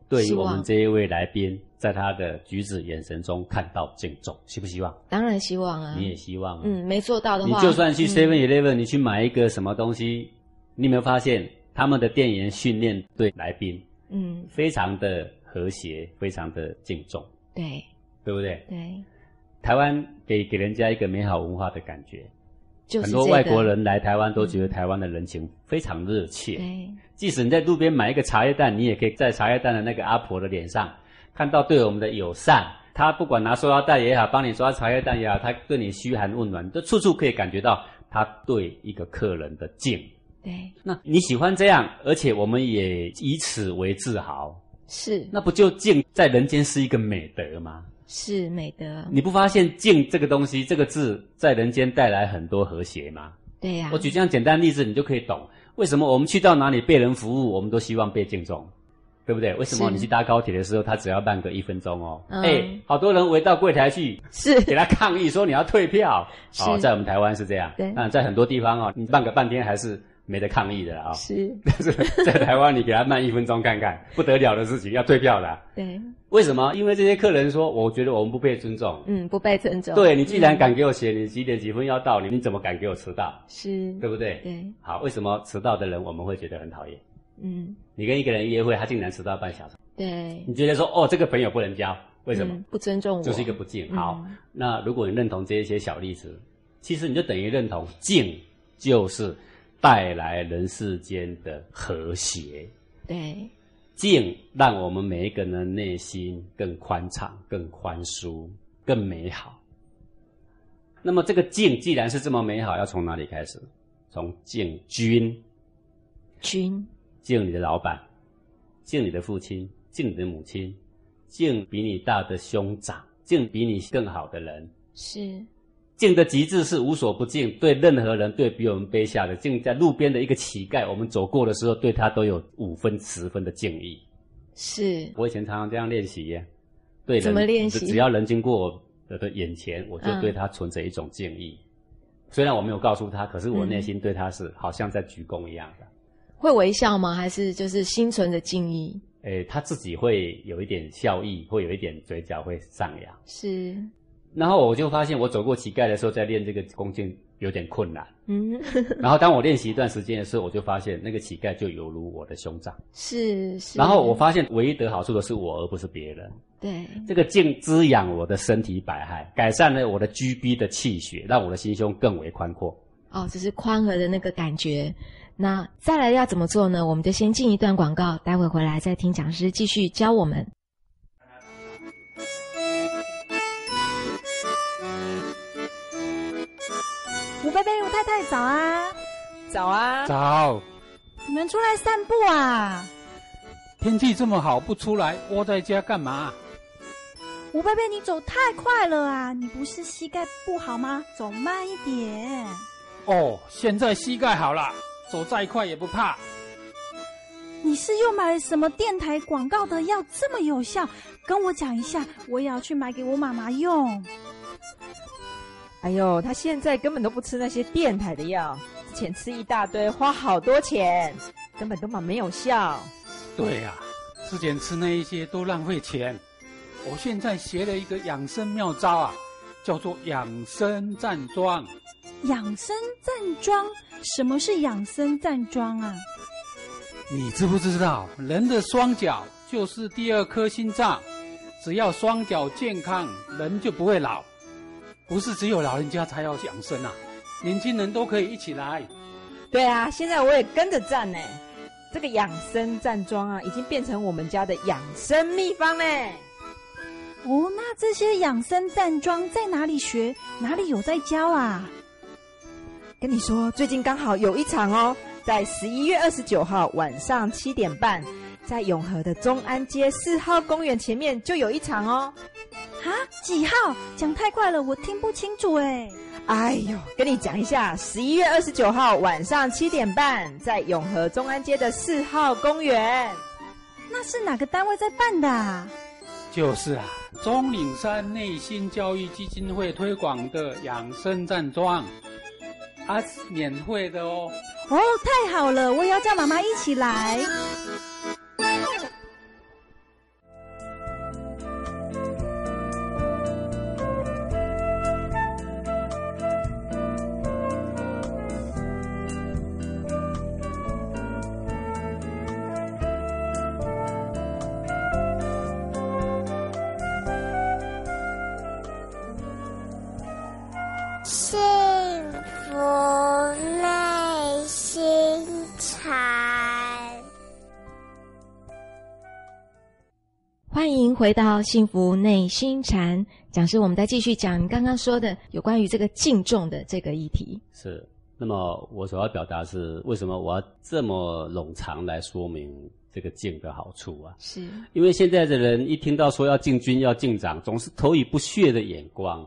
S3: 对于
S2: 希
S3: 我
S2: 望
S3: 们这一位来宾，在他的举止眼神中看到敬重，希不希望？
S2: 当然希望啊。
S3: 你也希望、啊。
S2: 嗯，没做到的
S3: 你
S2: 话，
S3: 就算去 Seven
S2: 嗯
S3: Eleven，、你去买一个什么东西，你有没有发现他们的店员训练对来宾
S2: 嗯，
S3: 非常的和谐，非常的敬重，
S2: 对
S3: 对不对？
S2: 对，
S3: 台湾给给人家一个美好文化的感觉，
S2: 就是
S3: 很多
S2: 这
S3: 外
S2: 个
S3: 国人来台湾都觉得
S2: 嗯
S3: 台湾的人情非常热切。
S2: 对
S3: 即使你在路边买一个茶叶蛋，你也可以在茶叶蛋的那个阿婆的脸上看到对我们的友善。她不管拿塑料袋也好，帮你抓茶叶蛋也好，她对你嘘寒问暖，都处处可以感觉到她对一个客人的敬。
S2: 对
S3: 那你喜欢这样，而且我们也以此为自豪，
S2: 是
S3: 那不就敬在人间是一个美德吗？
S2: 是美德，
S3: 你不发现“敬”这个东西，这个字在人间带来很多和谐吗？
S2: 对呀、
S3: 我举这样简单例子，你就可以懂为什么我们去到哪里被人服务，我们都希望被敬重，对不对？为什么
S2: 是
S3: 你去搭高铁的时候，他只要慢个一分钟哦？哎、
S2: 嗯
S3: 好多人围到柜台去
S2: 是
S3: 给他抗议，说你要退票。
S2: 是
S3: 哦，在我们台湾是这样，
S2: 对
S3: 那在很多地方哦，你慢个半天还是没得抗议的啦啊、
S2: 是，
S3: 但是在台湾，你给他慢一分钟看看，不得了的事情，要退票的啊、
S2: 对，
S3: 为什么？因为这些客人说，我觉得我们不被尊重。
S2: 嗯，不被尊重，
S3: 对你既然
S2: 嗯
S3: 敢给我写你几点几分要到，你你怎么敢给我迟到？
S2: 是，
S3: 对不对？
S2: 对，
S3: 好，为什么迟到的人我们会觉得很讨厌？
S2: 嗯，
S3: 你跟一个人约会，他竟然迟到半小时，
S2: 对，
S3: 你觉得说哦，这个朋友不能交，为什么？
S2: 嗯不尊重我？
S3: 就是一个不敬。好，
S2: 嗯
S3: 那如果你认同这一些小例子，其实你就等于认同敬就是带来人世间的和谐，
S2: 对，
S3: 敬让我们每一个人的内心更宽敞、更宽舒、更美好。那么这个敬既然是这么美好，要从哪里开始？从敬君
S2: 君
S3: 敬你的老板，敬你的父亲，敬你的母亲，敬比你大的兄长，敬比你更好的人。
S2: 是，
S3: 敬的极致是无所不敬，对任何人，对比我们卑下的，敬在路边的一个乞丐，我们走过的时候，对他都有五分、十分的敬意。
S2: 是，
S3: 我以前常常这样练习耶，对人
S2: 怎么练习嗯
S3: 只只要人经过我的眼前，我就对他存着一种敬意。虽然我没有告诉他，可
S2: 嗯
S3: 是我内心对他是好像在鞠躬一样的。
S2: 会微笑吗？还是就是心存着敬意？
S3: 诶，他自己会有一点笑意，会有一点嘴角会上扬。
S2: 是，
S3: 然后我就发现，我走过乞丐的时候，在练这个弓箭有点困难。
S2: 嗯，
S3: 然后当我练习一段时间的时候，我就发现那个乞丐就犹如我的兄长。
S2: 是是。
S3: 然后我发现，唯一得好处的是我，而不是别人。
S2: 对
S3: 这个静滋养我的身体百骸，改善了我的居逼的气血，让我的心胸更为宽阔。
S2: 哦，只是宽和的那个感觉。那再来要怎么做呢？我们就先进一段广告，待会回来再听讲师继续教我们。
S4: 吴贝贝、吴太太，早啊！
S5: 早啊，
S6: 早，
S4: 你们出来散步啊？
S6: 天气这么好，不出来窝在家干嘛？
S4: 吴贝贝，你走太快了啊！你不是膝盖不好吗？走慢一点。
S6: 哦，现在膝盖好了，走再快也不怕。
S4: 你是又买了什么电台广告的药这么有效？跟我讲一下，我也要去买给我妈妈用。
S5: 哎呦，他现在根本都不吃那些电台的药，之前吃一大堆，花好多钱，根本根本没有效。
S6: 对呀、之前吃那一些都浪费钱。我现在学了一个养生妙招啊，叫做养生站桩。
S4: 养生站桩，什么是养生站桩啊？
S6: 你知不知道，人的双脚就是第二颗心脏，只要双脚健康，人就不会老。不是只有老人家才要养生啊，年轻人都可以一起来。
S5: 对啊，现在我也跟着站呢。这个养生站桩啊，已经变成我们家的养生秘方呢。
S4: 哦，那这些养生站桩在哪里学？哪里有在教啊？
S5: 跟你说，最近刚好有一场哦，在十一月二十九号晚上七点半，在永和的中安街四号公园前面就有一场哦。
S4: 啊，几号？讲太快了，我听不清楚哎。
S5: 哎呦，跟你讲一下，十一月二十九号晚上七点半，在永和中安街的四号公园。
S4: 那是哪个单位在办的、啊？
S6: 就是啊，中岭山内心教育基金会推广的养生站桩，啊，是免费的哦。
S4: 哦，太好了，我也要叫妈妈一起来。
S1: 幸福内心禅。
S2: 欢迎回到幸福内心禅讲师，我们再继续讲你刚刚说的有关于这个敬重的这个议题。
S3: 是。那么我所要表达是，为什么我要这么冗长来说明这个敬的好处啊？
S2: 是，
S3: 因为现在的人一听到说要进军、要进长，总是投以不屑的眼光。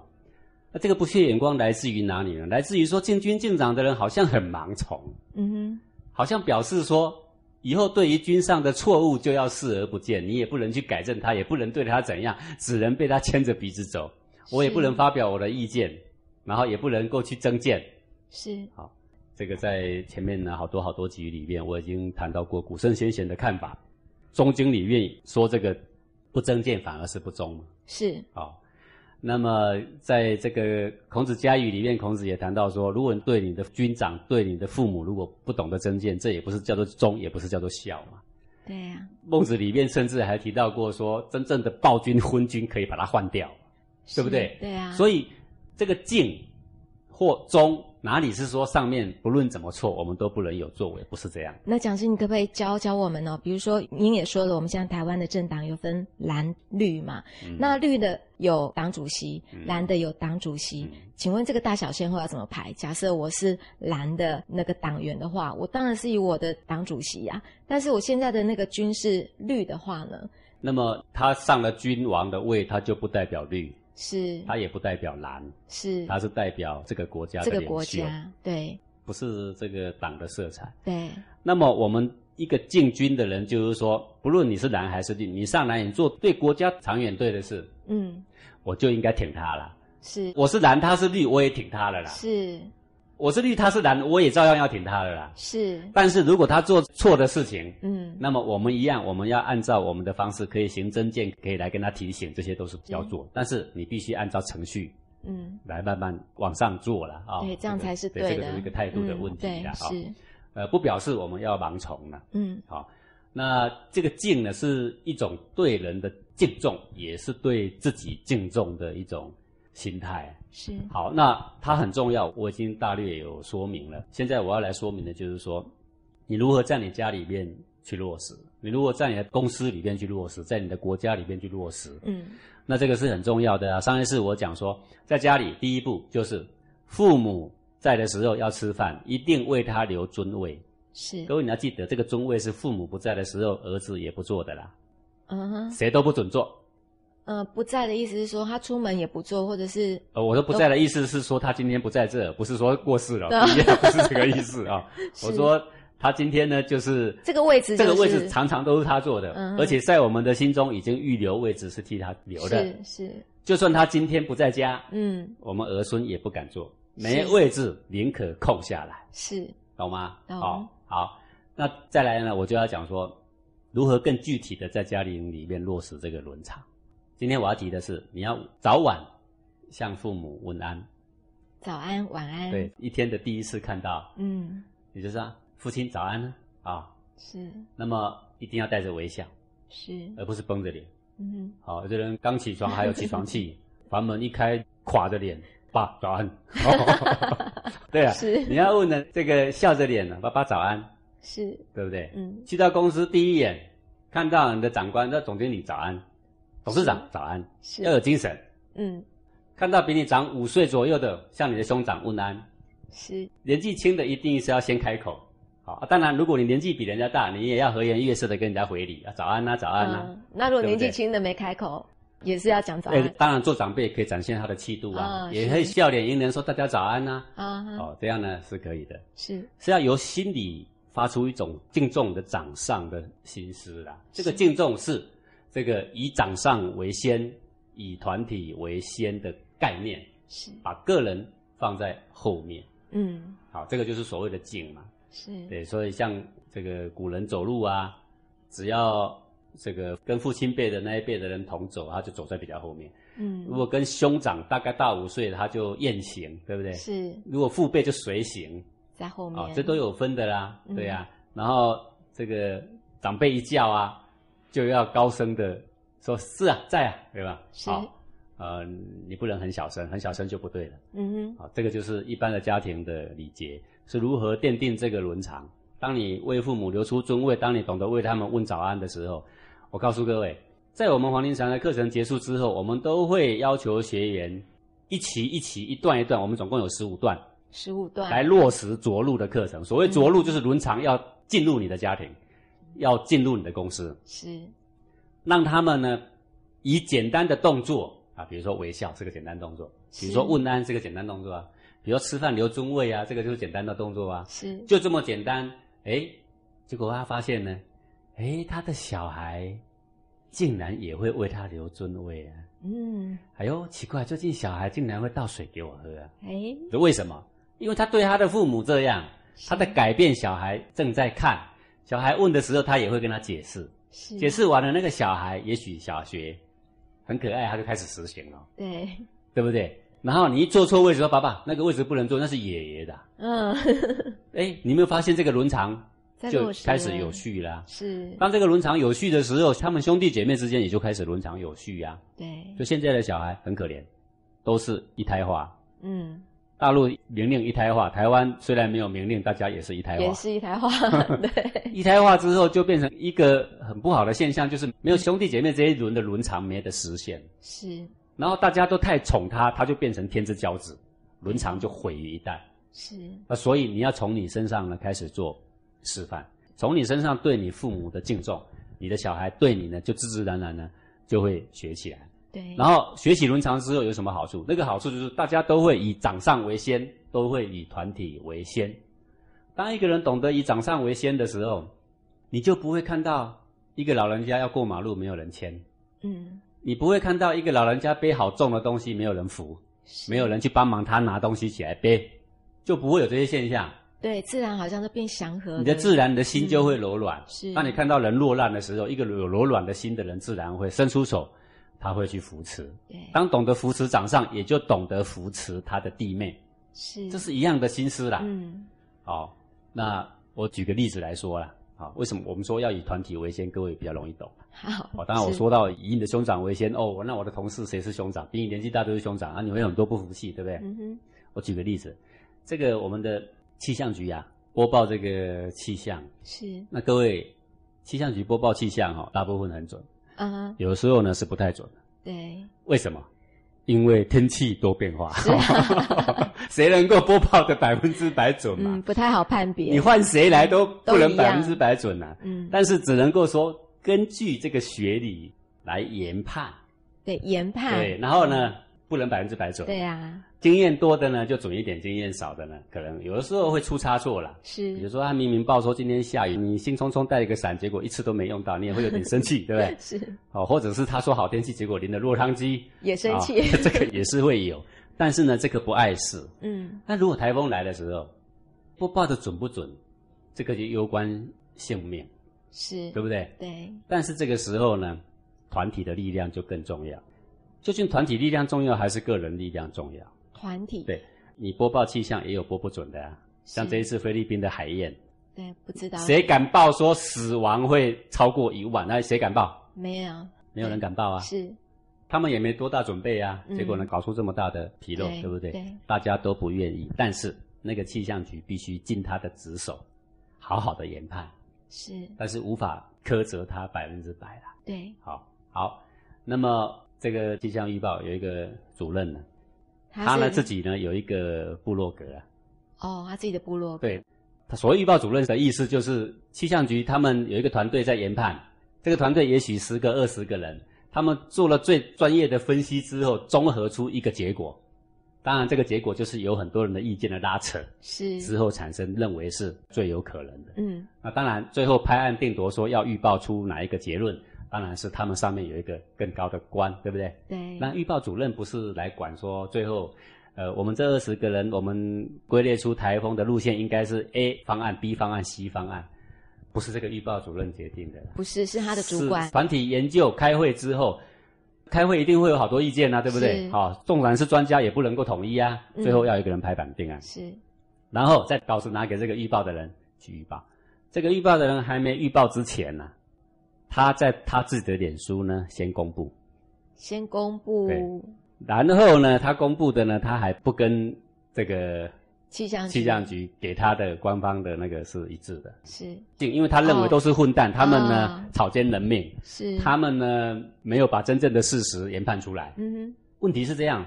S3: 那这个不屑眼光来自于哪里呢？来自于说进军进长的人好像很盲从，
S2: 嗯
S3: 好像表示说以后对于军上的错误就要视而不见，你也不能去改正他，也不能对他怎样，只能被他牵着鼻子走。我也不能发表我的意见，然后也不能够去增见。
S2: 哼，是
S3: 这个在前面呢好多好多集里面我已经谈到过古圣先贤的看法，《中经》里面说这个不增见反而是不忠嘛。
S2: 是，
S3: 好，那么在这个《孔子家语》里面，孔子也谈到说，如果你对你的军长、对你的父母，如果不懂得增见，这也不是叫做忠，也不是叫做孝嘛。
S2: 对呀、
S3: 孟子里面甚至还提到过说，真正的暴君、昏君可以把它换掉。
S2: 是
S3: 对不对
S2: 对啊，
S3: 所以这个敬或忠，哪里是说上面不论怎么错，我们都不能有作为，不是这样。
S2: 那讲师，你可不可以教教我们呢、比如说，您也说了，我们现在台湾的政党有分蓝绿嘛，
S3: 嗯
S2: 那绿的有党主席，
S3: 嗯
S2: 蓝的有党主席。请问这个大小先后要怎么排？假设我是蓝的那个党员的话，我当然是以我的党主席啊。但是我现在的那个军是绿的话呢，
S3: 那么他上了君王的位，他就不代表绿，
S2: 是
S3: 他也不代表蓝，
S2: 是
S3: 他是代表这个国家的
S2: 这个
S3: 领
S2: 国
S3: 袖，
S2: 家，对
S3: 不是这个党的色彩。
S2: 对
S3: 那么我们一个进军的人，就是说，不论你是蓝还是绿，你上来你做对国家长远对的事，
S2: 嗯
S3: 我就应该挺他了。
S2: 是
S3: 我是蓝，他是绿，我也挺他了啦。
S2: 是
S3: 我是绿，他是蓝，我也照样要挺他了啦。
S2: 是
S3: 但是如果他做错的事情，
S2: 嗯
S3: 那么我们一样，我们要按照我们的方式，可以行政见，可以来跟他提醒，这些都是要做。但是你必须按照程序
S2: 嗯
S3: 来慢慢往上做了啊。
S2: 对，这样才是
S3: 个对。
S2: 的。
S3: 这个是一个态度的
S2: 嗯
S3: 问题
S2: 对
S3: 啦啊。
S2: 是
S3: 呃，不表示我们要盲从了。
S2: 嗯
S3: 好，那这个敬呢，是一种对人的敬重，也是对自己敬重的一种心态。
S2: 是
S3: 好，那它很重要，我已经大略有说明了。现在我要来说明的就是说，你如何在你家里面去落实，你如何在你的公司里面去落实，在你的国家里面去落实，
S2: 嗯
S3: 那这个是很重要的啊。上一次我讲说，在家里第一步就是父母在的时候要吃饭，一定为他留尊位。
S2: 是
S3: 各位你要记得，这个尊位是父母不在的时候，儿子也不做的啦，
S2: 嗯哼
S3: 谁都不准做。
S2: 呃不在的意思是说他出门也不做，或者是
S3: 呃，我说不在的意思是说他今天不在这儿，不是说过世了，
S2: 啊
S3: 不一样， 不是这个意思啊。
S2: 是
S3: 我说他今天呢，就是
S2: 这个位置
S3: 这个
S2: 就
S3: 位
S2: 是
S3: 置常常都是他做的，
S2: 嗯
S3: 而且在我们的心中已经预留位置是替他留的。
S2: 是是
S3: 就算他今天不在家，
S2: 嗯
S3: 我们儿孙也不敢做，
S2: 是
S3: 没位置宁可空下来，
S2: 是
S3: 懂吗？
S2: 懂
S3: 好，好，那再来呢，我就要讲说如何更具体的在家庭里面落实这个伦常。今天我要提的是，你要早晚向父母问安。
S2: 早安晚安
S3: 对，一天的第一次看到，
S2: 嗯
S3: 也就是啊，父亲早安啊、
S2: 是
S3: 那么一定要带着微笑，
S2: 是
S3: 而不是绷着脸。
S2: 嗯
S3: 好，有的人刚起床还有起床气， 房门一开，垮着脸，爸 早安。对啊，
S2: 是
S3: 你要问的这个笑着脸呢，啊爸爸早安，
S2: 是
S3: 对不对？
S2: 嗯
S3: 去到公司第一眼看到你的长官，那总经理早安，董事长
S2: 是
S3: 早安，
S2: 是
S3: 要有精神。
S2: 嗯
S3: 看到比你长五岁左右的，向你的兄长问安。
S2: 是
S3: 年纪轻的一定是要先开口。好，啊当然如果你年纪比人家大，你也要和颜悦色的跟人家回礼啊，早安呐、早安呐、
S2: 嗯那如果
S3: 对
S2: 年
S3: 不对
S2: 纪轻的没开口也是要讲早
S3: 哎、
S2: 安
S3: 当然做长辈也可以展现他的气度啊，
S2: 嗯
S3: 也
S2: 是
S3: 可以笑脸迎人说大家早安呐、
S2: 啊哈，
S3: 哦，这样呢是可以的，
S2: 是
S3: 是要由心里发出一种敬重的掌上的心思啦。这个敬重是这个以掌上为先，以团体为先的概念，
S2: 是，
S3: 把个人放在后面。
S2: 嗯，
S3: 好，这个就是所谓的敬嘛。
S2: 是
S3: 对，所以像这个古人走路啊，只要这个跟父亲辈的那一辈的人同走，他就走在比较后面。
S2: 嗯
S3: 如果跟兄长大概大五岁，他就雁行，对不对？
S2: 是
S3: 如果父辈就随行
S2: 在后面
S3: 啊、这都有分的啦，
S2: 嗯
S3: 对呀、啊然后这个长辈一叫啊，就要高声的说“是啊，在啊”，对吧？
S2: 是
S3: 好呃，你不能很小声，很小声就不对了。
S2: 嗯
S3: 啊，这个就是一般的家庭的礼节是如何奠定这个伦常。当你为父母留出尊位，当你懂得为他们问早安的时候，我告诉各位，在我们黄庭禅的课程结束之后，我们都会要求学员一期一期、一段一段，我们总共有十五段，
S2: 哼，十五段
S3: 来落实着陆的课程。所谓着陆，就是伦常要进入你的家庭，要进入你的公司，
S2: 是
S3: 让他们呢以简单的动作啊，比如说微笑是个简单动作，比如说
S2: 是
S3: 问安是个简单动作啊，比如说吃饭留尊位啊，这个就是简单的动作啊，
S2: 是
S3: 就这么简单。哎，结果他发现呢，哎，他的小孩竟然也会为他留尊位啊！
S2: 嗯，
S3: 哎呦，奇怪，最近小孩竟然会倒水给我喝啊！
S2: 哎，
S3: 为什么？因为他对他的父母这样，
S2: 是
S3: 他在改变小孩正在看。小孩问的时候，他也会跟他解释。
S2: 是
S3: 解释完了，那个小孩也许小学很可爱，他就开始实行了，
S2: 对，
S3: 对不对？然后你一坐错位置说：“爸爸，那个位置不能坐，那是爷爷的啊。
S2: 嗯，
S3: 哎，你有没有发现这个伦常
S2: 在
S3: 就
S2: 落实
S3: 开始
S2: 了
S3: 有啊序啦？
S2: 是，
S3: 当这个伦常有序的时候，他们兄弟姐妹之间也就开始伦常有序呀、
S2: 对，
S3: 就现在的小孩很可怜，都是一胎化。
S2: 嗯，
S3: 大陆明令一胎化，台湾虽然没有明令，大家也是一胎化
S2: 也。是一 台话，对，
S3: 一胎化之后，就变成一个很不好的现象，就是没有兄弟姐妹这一轮的伦常没得实现。
S2: 是
S3: 然后大家都太宠他，他就变成天之骄子，伦常就毁于一旦。
S2: 是
S3: 那所以你要从你身上呢开始做示范，从你身上对你父母的敬重，你的小孩对你呢就自自然然呢就会学起来。
S2: 对，
S3: 然后学习伦常之后有什么好处？那个好处就是大家都会以掌上为先，都会以团体为先。当一个人懂得以掌上为先的时候，你就不会看到一个老人家要过马路没有人牵，
S2: 嗯，
S3: 你不会看到一个老人家背好重的东西没有人扶，
S2: 是
S3: 没有人去帮忙他拿东西起来背，就不会有这些现象。
S2: 对，自然好像都变祥和了，
S3: 你的自然，你的心就会柔软。
S2: 是
S3: 当你看到人落难的时候，一个有柔软的心的人，自然会伸出手，他会去扶持。
S2: 对，
S3: 当懂得扶持掌上，也就懂得扶持他的弟妹，
S2: 是
S3: 这是一样的心思啦。
S2: 嗯，
S3: 好、那我举个例子来说啦。好、为什么我们说要以团体为先？各位比较容易懂。
S2: 好，
S3: 哦，当然我
S2: 是
S3: 说到以你的兄长为先，哦，那我的同事谁是兄长？比你年纪大都是兄长啊，你会有很多不服气，对不对？
S2: 嗯哼，
S3: 我举个例子，这个我们的气象局啊，播报这个气象，
S2: 是
S3: 那各位，气象局播报气象哈、哦，大部分很准，
S2: 啊，
S3: 有的时候呢是不太准的。
S2: 对，
S3: 为什么？因为天气多变化， 谁能够播报的百分之百准嘛？
S2: 啊嗯，不太好判别，
S3: 你换谁来都不
S2: 都
S3: 能
S2: 一
S3: 百
S2: 样
S3: 分之百准啊。
S2: 嗯，
S3: 但是只能够说根据这个学理来研判，
S2: 对研判，
S3: 对，然后呢不能百分之百准。
S2: 对啊，
S3: 经验多的呢就准一点，经验少的呢可能有的时候会出差错啦。比如
S2: 是
S3: 说他明明报说今天下雨，你兴冲冲带了一个伞，结果一次都没用到，你也会有点生气，对不对？
S2: 是
S3: 哦，或者是他说好天气，结果淋了落汤鸡，
S2: 也生 气
S3: 啊，这个也是会有。但是呢，这个不碍事。
S2: 嗯，
S3: 那如果台风来的时候，播报的准不准，这个就攸关性命，
S2: 是
S3: 对不对？
S2: 对，
S3: 但是这个时候呢，团体的力量就更重要。究竟团体力量重要还是个人力量重要？
S2: 团体
S3: 对你播报气象也有播不准的啊，像
S2: 是
S3: 这一次菲律宾的海燕，
S2: 对，不知道
S3: 谁敢报说死亡会超过一万？那哎谁敢报？
S2: 没有
S3: 没有人敢报啊。
S2: 是
S3: 他们也没多大准备啊，
S2: 嗯
S3: 结果呢，搞出这么大的纰漏，
S2: 对
S3: 对不对？
S2: 对
S3: 大家都不愿意，但是那个气象局必须尽他的职守，好好的研判，
S2: 是，
S3: 但是无法苛责他百分之百啦。
S2: 对，
S3: 好，好，那么这个气象预报有一个主任呢，他
S2: 是
S3: 呢自己呢有一个部落格啊，
S2: 哦，他自己的部落格
S3: 对他所谓预报主任的意思就是气象局他们有一个团队在研判，这个团队也许十个二十个人，他们做了最专业的分析之后，综合出一个结果。当然，这个结果就是有很多人的意见的拉扯
S2: 是，
S3: 之后产生认为是最有可能的。
S2: 嗯，
S3: 那当然，最后拍案定夺说要预报出哪一个结论，当然是他们上面有一个更高的官，对不对？
S2: 对，
S3: 那预报主任不是来管说最后，呃，我们这二十个人，我们归列出台风的路线应该是 A 方案、B 方案、C 方案，不是这个预报主任决定的。
S2: 不是是他的主管
S3: 是，团体研究开会之后，开会一定会有好多意见啊，对不对
S2: 是？
S3: 好、纵然是专家也不能够统一啊，
S2: 嗯
S3: 最后要有一个人拍板定案，
S2: 是
S3: 然后再告诉拿给这个预报的人去预报。这个预报的人还没预报之前呢、他在他自己的脸书呢先公布，
S2: 先公布
S3: 对然后呢，他公布的呢，他还不跟这个
S2: 气象局
S3: 气象局给他的官方的那个是一致的，
S2: 是
S3: 因为他认为都是混蛋，他们呢、
S2: 啊
S3: 草菅人命，
S2: 是
S3: 他们呢没有把真正的事实研判出来。
S2: 嗯
S3: 问题是这样，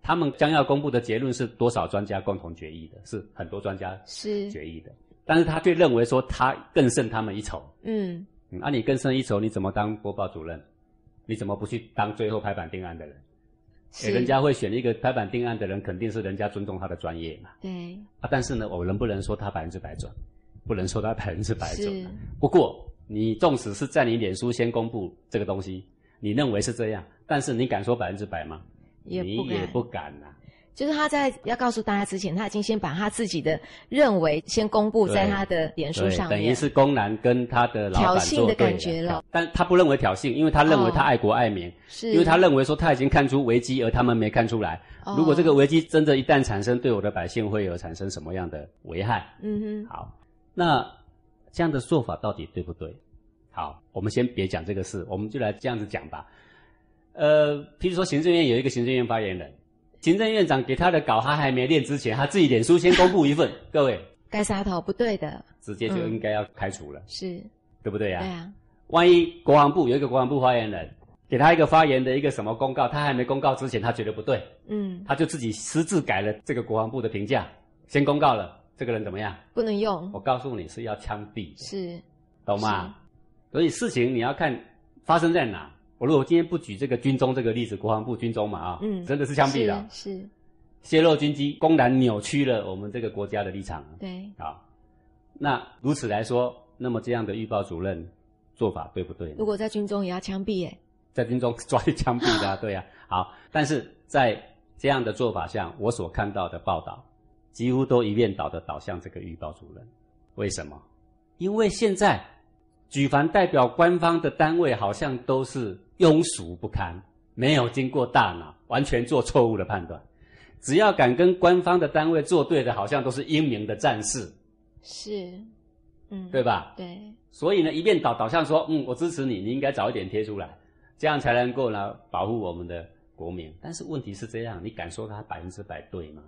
S3: 他们将要公布的结论是多少专家共同决议的，是很多专家
S2: 哼是
S3: 决议的，但是他却认为说他更胜他们一筹。
S2: 嗯
S3: 嗯，啊，你更胜一筹，你怎么当播报主任？你怎么不去当最后拍板定案的人？
S2: 是
S3: 欸、人家会选一个拍板定案的人，肯定是人家尊重他的专业嘛。
S2: 对
S3: 啊，但是呢，我能不能说他百分之百准？不能说他 百分之百准
S2: 是
S3: 啊。不过，你纵使是在你脸书先公布这个东西，你认为是这样，但是你敢说百分之百吗？
S2: 也
S3: 你
S2: 不
S3: 也
S2: 敢
S3: 不敢啊呐、
S2: 就是他在要告诉大家之前，他已经先把他自己的认为先公布在
S3: 对
S2: 他的脸书
S3: 对，
S2: 上
S3: 等于
S2: 面，
S3: 是公然跟他的老板
S2: 挑衅
S3: 作
S2: 的
S3: 对啊
S2: 感觉了。
S3: 但他不认为挑衅，因为他认为他
S2: 哦
S3: 爱国爱民，
S2: 是
S3: 因为他认为说他已经看出危机，而他们没看出来。
S2: 哦
S3: 如果这个危机真的一旦产生，对我的百姓会有产生什么样的危害？
S2: 嗯哼
S3: 好，那这样的做法到底对不对？好，我们先别讲这个事，我们就来这样子讲吧。呃，譬如说行政院有一个行政院发言人，行政院长给他的稿他还没念之前，他自己脸书先公布 一份，各位
S2: 该杀头不对的
S3: 直接就
S2: 嗯
S3: 应该要开除了，
S2: 是
S3: 对不对
S2: 对
S3: 呀、
S2: 啊
S3: 万一国防部有一个国防部发言人给他一个发言的一个什么公告，他还没公告之前，他觉得不对，
S2: 嗯
S3: 他就自己私自改了这个国防部的评价，先公告了，这个人怎么样？
S2: 不能用
S3: 我告诉你是要枪毙的。
S2: 是
S3: 懂吗？所以事情你要看发生在哪。我如果今天不举这个军中这个例子，国防部军中嘛啊，
S2: 嗯
S3: 真的是枪毙了，
S2: 是是
S3: 泄露军机，公然扭曲了我们这个国家的立场。
S2: 对
S3: 好，那如此来说，那么这样的预报主任做法对不对呢？
S2: 如果在军中也要枪毙哎
S3: 在军中抓去枪毙的、啊，对呀、啊。好，但是在这样的做法下，我所看到的报道几乎都一面倒的导向这个预报主任。为什么？因为现在举凡代表官方的单位，好像都是庸俗不堪，没有经过大脑，完全做错误的判断。只要敢跟官方的单位作对的，好像都是英明的战士，
S2: 是嗯
S3: 对吧？
S2: 对
S3: 所以呢，一面倒导向说，嗯，我支持你，你应该早一点贴出来，这样才能够呢保护我们的国民。但是问题是这样，你敢说他百分之百对吗？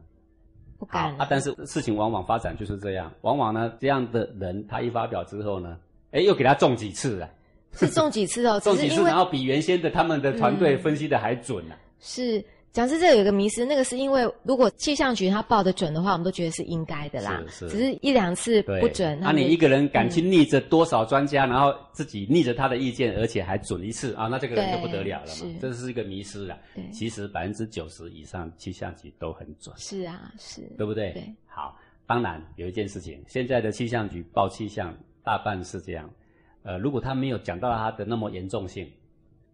S2: 不
S3: 好
S2: 敢
S3: 啊，但是事情往往发展就是这样，往往呢这样的人他一发表之后呢，哎，又给他中几次了，
S2: 是中几次 哦，只
S3: 中
S2: 是
S3: 几
S2: 因
S3: 次，
S2: 为
S3: 然后比原先的他们的团队
S2: 嗯
S3: 分析的还准啊呢、
S2: 是讲是这有一个迷思，那个是因为如果气象局它报的准的话，我们都觉得是应该的啦，
S3: 是是
S2: 只是一两次
S3: 对，
S2: 不准，
S3: 那、
S2: 他们嗯
S3: 你一个人敢去逆着多少专家，然后自己逆着他的意见，而且还准一次啊，那这个人就不得了了嘛
S2: 对是，
S3: 这是一个迷失了。
S2: 对
S3: 其实百分之九十以上气象局都很准，
S2: 是啊是，
S3: 对不对？
S2: 对。
S3: 好，当然有一件事情，现在的气象局报气象大半是这样，呃，如果他没有讲到他的那么严重性，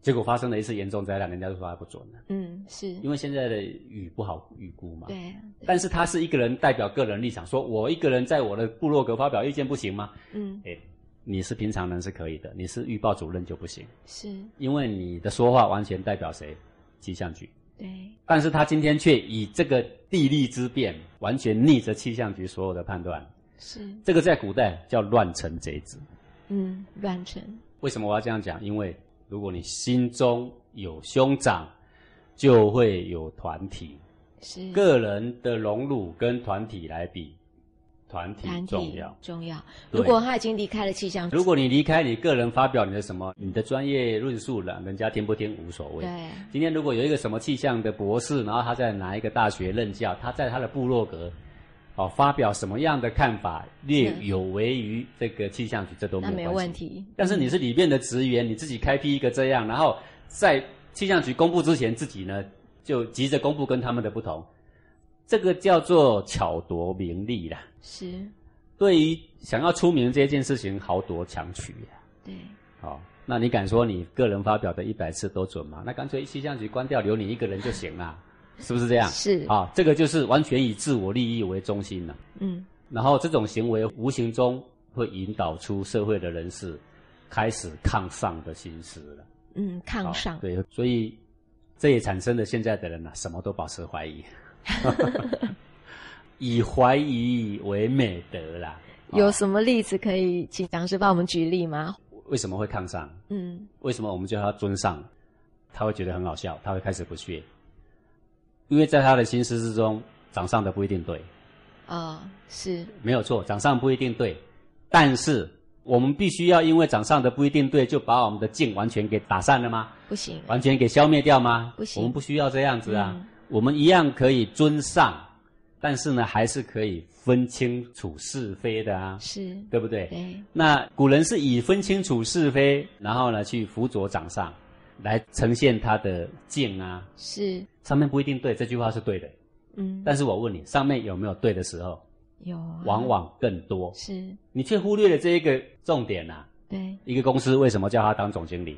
S3: 结果发生了一次严重灾难，人家就说他不准了，
S2: 嗯是，
S3: 因为现在的雨不好预估嘛。
S2: 对啊对
S3: 但是他是一个人代表个人立场，说我一个人在我的部落格发表意见不行吗？
S2: 嗯
S3: 哎，你是平常人是可以的，你是预报主任就不行，
S2: 是
S3: 因为你的说话完全代表谁？气象局。
S2: 对
S3: 但是他今天却以这个地利之变，完全逆着气象局所有的判断，
S2: 是
S3: 这个在古代叫乱臣贼子。
S2: 嗯乱成
S3: 为什么我要这样讲？因为如果你心中有兄长，就会有团体。
S2: 嗯是
S3: 个人的荣辱跟团体来比，团体
S2: 团体
S3: 重要。
S2: 重要。
S3: 对
S2: 如果他已经离开了气象局，
S3: 如果你离开你个人发表你的什么，你的专业论述了，人家听不听无所谓。
S2: 对
S3: 今天如果有一个什么气象的博士，然后他在哪一个大学任教，他在他的部落格，哦，发表什么样的看法，略
S2: 嗯
S3: 有违于这个气象局，这都没
S2: 那
S3: 有
S2: 没
S3: 关系
S2: 问。题，嗯
S3: 但是你是里面的职员，你自己开辟一个这样，然后在气象局公布之前，自己呢就急着公布跟他们的不同，这个叫做巧夺名利啦。
S2: 是，
S3: 对于想要出名这件事情，豪夺强取呀、
S2: 对，
S3: 哦，那你敢说你个人发表的一百次都准吗？那干脆气象局关掉，留你一个人就 行啦，是不是这样？
S2: 是
S3: 啊、这个就是完全以自我利益为中心了、
S2: 嗯，
S3: 然后这种行为无形中会引导出社会的人士开始抗上的心思了。
S2: 嗯，抗
S3: 好
S2: 上，
S3: 对，所以这也产生了现在的人呢、啊什么都保持怀 疑， 以怀疑为美德啦。哦
S2: 有什么例子可以请讲师帮我们举例吗？
S3: 为什么会抗上？
S2: 嗯，
S3: 为什么我们叫他尊上？他会觉得很好笑，他会开始不屑，因为在他的心思之中，掌上的不一定对，
S2: 哦，是，
S3: 没有错，掌上不一定对，但是我们必须要因为掌上的不一定对，就把我们的劲完全给打散了吗？
S2: 不行，
S3: 完全给消灭掉吗？
S2: 不行
S3: 我们不需要这样子啊，
S2: 嗯
S3: 我们一样可以尊上，但是呢，还是可以分清楚是非的啊，
S2: 是，
S3: 对不对？
S2: 对，
S3: 那古人是以分清楚是非，然后呢去辅佐掌上，来呈现他的敬啊。
S2: 是，
S3: 上面不一定对，这句话是对的，
S2: 嗯，
S3: 但是我问你，上面有没有对的时候？
S2: 有啊，
S3: 往往更多，
S2: 是，
S3: 你却忽略了这一个重点呐、
S2: 对，
S3: 一个公司为什么叫他当总经理？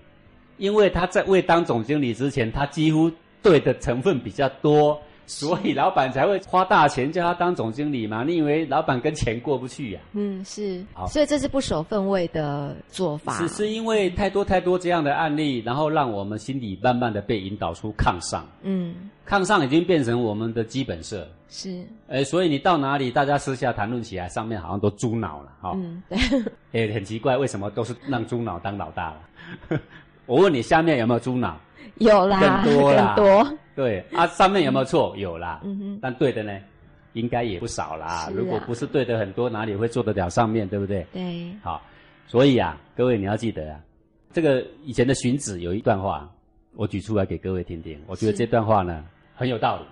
S3: 因为他在未当总经理之前，他几乎对的成分比较多，所以老板才会花大钱叫他当总经理嘛。你以为老板跟钱过不去啊呀、
S2: 嗯，是
S3: 好，
S2: 所以这是不守分位的做法，
S3: 只是因为太多太多这样的案例，然后让我们心里慢慢的被引导出抗上，
S2: 嗯，
S3: 抗上已经变成我们的基本色。
S2: 是，
S3: 哎，所以你到哪里，大家私下谈论起来，上面好像都猪脑了哈。
S2: 嗯，对，
S3: 哎、很奇怪，为什么都是让猪脑当老大了？ 我问你，下面有没有猪脑？
S2: 有啦，
S3: 更多啦
S2: 更多，
S3: 对啊，上面有没有错？有啦，
S2: 嗯哼，
S3: 但对的呢，应该也不少啦。
S2: 是啊
S3: 如果不是对的很多，哪里会做得了上面，对不对？
S2: 对，
S3: 好，所以啊，各位你要记得啊，这个以前的荀子有一段话，我举出来给各位听听。我觉得
S2: 是
S3: 这段话呢很有道理。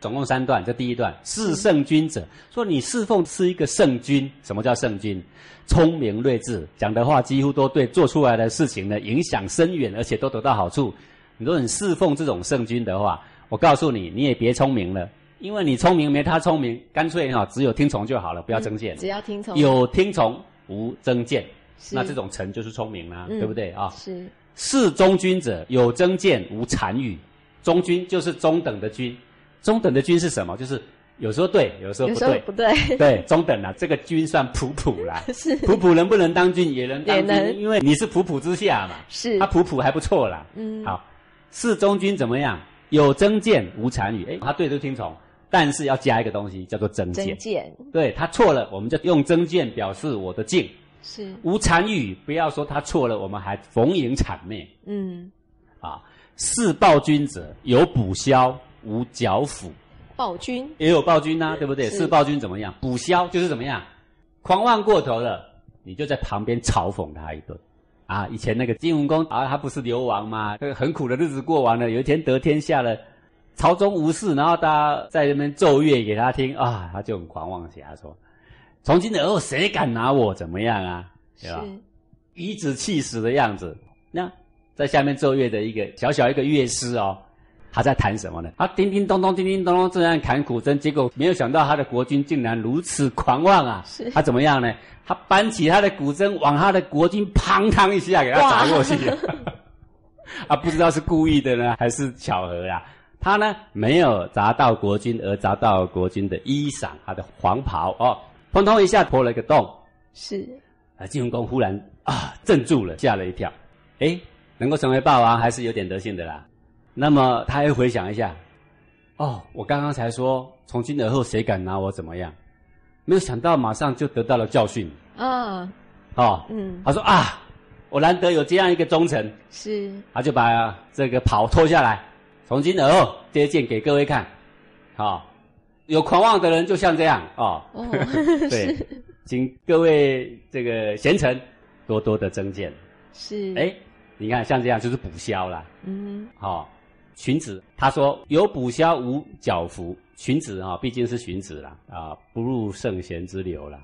S3: 总共三段，这第一段是圣君者，说你侍奉是一个圣君。什么叫圣君？聪明睿智，讲的话几乎都对，做出来的事情呢影响深远，而且都得到好处。你说你侍奉这种圣君的话，我告诉你，你也别聪明了，因为你聪明没他聪明，干脆哈、只有听从就好了，不要争辩。
S2: 只要听从，
S3: 有听从无争见，
S2: 是
S3: 那这种臣就是聪明啦、
S2: 嗯
S3: 对不对啊？
S2: 是，
S3: 是忠君者，有争见无谗语。忠君就是中等的君，中等的君是什么？就是有时候对，有时候
S2: 有
S3: 不
S2: 时候
S3: 对，
S2: 不对，，
S3: 对，中等啦、这个君算普普啦
S2: 是
S3: 普普能不能当君也能当
S2: 也能
S3: 君，因为你是普普之下嘛，
S2: 是
S3: 他，普普还不错啦。
S2: 嗯，
S3: 好，是忠君怎么样？有争见无谗语，哎，他对就听从，但是要加一个东西叫做争
S2: 真
S3: 见。
S2: 见
S3: 对他错了，我们就用真见表示我的敬。
S2: 是，
S3: 无谗语，不要说他错了，我们还逢迎谄媚
S2: 嗯，
S3: 啊。是暴君者，有补枭，无剿抚，
S2: 暴君
S3: 也有暴君呐、对不对？
S2: 是
S3: 是暴君怎么样？补枭就是怎么样，狂妄过头了，你就在旁边嘲讽他一顿。啊，以前那个晋文公啊，他不是流亡吗？那个很苦的日子过完了，有一天得天下了，朝中无事，然后大家在那边奏乐给他听啊，他就很狂妄起来说：“从今以后谁敢拿我怎么样啊？”
S2: 是
S3: 对吧？颐指气使的样子。那在下面奏乐的一个小小一个乐师哦，他在弹什么呢？他叮叮咚咚，叮叮咚咚，这样弹古筝，结果没有想到他的国君竟然如此狂妄啊
S2: 是！
S3: 他怎么样呢？他搬起他的古筝，往他的国君砰当一下给他砸过去。啊，不知道是故意的呢，还是巧合啊？他呢没有砸到国君，而砸到国君的衣裳，他的黄袍哦，砰通一下破了一个洞。
S2: 是，
S3: 啊，晋文公忽然啊镇住了，吓了一跳。诶，能够成为霸王还是有点德性的啦。那么他又回想一下，哦，我刚刚才说从今而后谁敢拿我怎么样，没有想到马上就得到了教训。
S2: 啊，
S3: 哦，
S2: 嗯，
S3: 他说啊，我难得有这样一个忠臣，
S2: 是，
S3: 他就把这个袍脱下来，从今而后接见给各位看。好、有狂妄的人就像这样哦。
S2: 哦
S3: 对，请各位这个贤臣多多的增见。
S2: 是，
S3: 哎，你看像这样就是补枭啦。
S2: 嗯，
S3: 好、荀子他说有补枭无矫服。荀子啊、毕竟是荀子啦，啊，不入圣贤之流啦。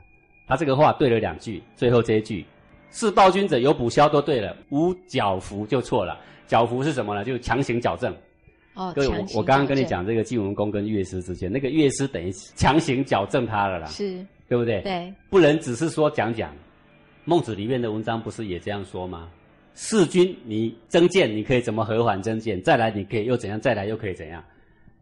S3: 他这个话对了两句，最后这一句是暴君者有补枭都对了，无矫服就错了。矫扶是什么呢？就是强行矫正。
S2: 哦，
S3: 各位，
S2: 强
S3: 我
S2: 行
S3: 我刚刚跟你
S2: 矫正
S3: 讲这个基文宫跟乐师之间，那个乐师等于强行矫正他了啦，
S2: 是，
S3: 对不对？，
S2: 对，
S3: 不能只是说讲讲。孟子里面的文章不是也这样说吗？弑君，你征谏，你可以怎么和缓征谏？再来，你可以又怎样？再来又可以怎样？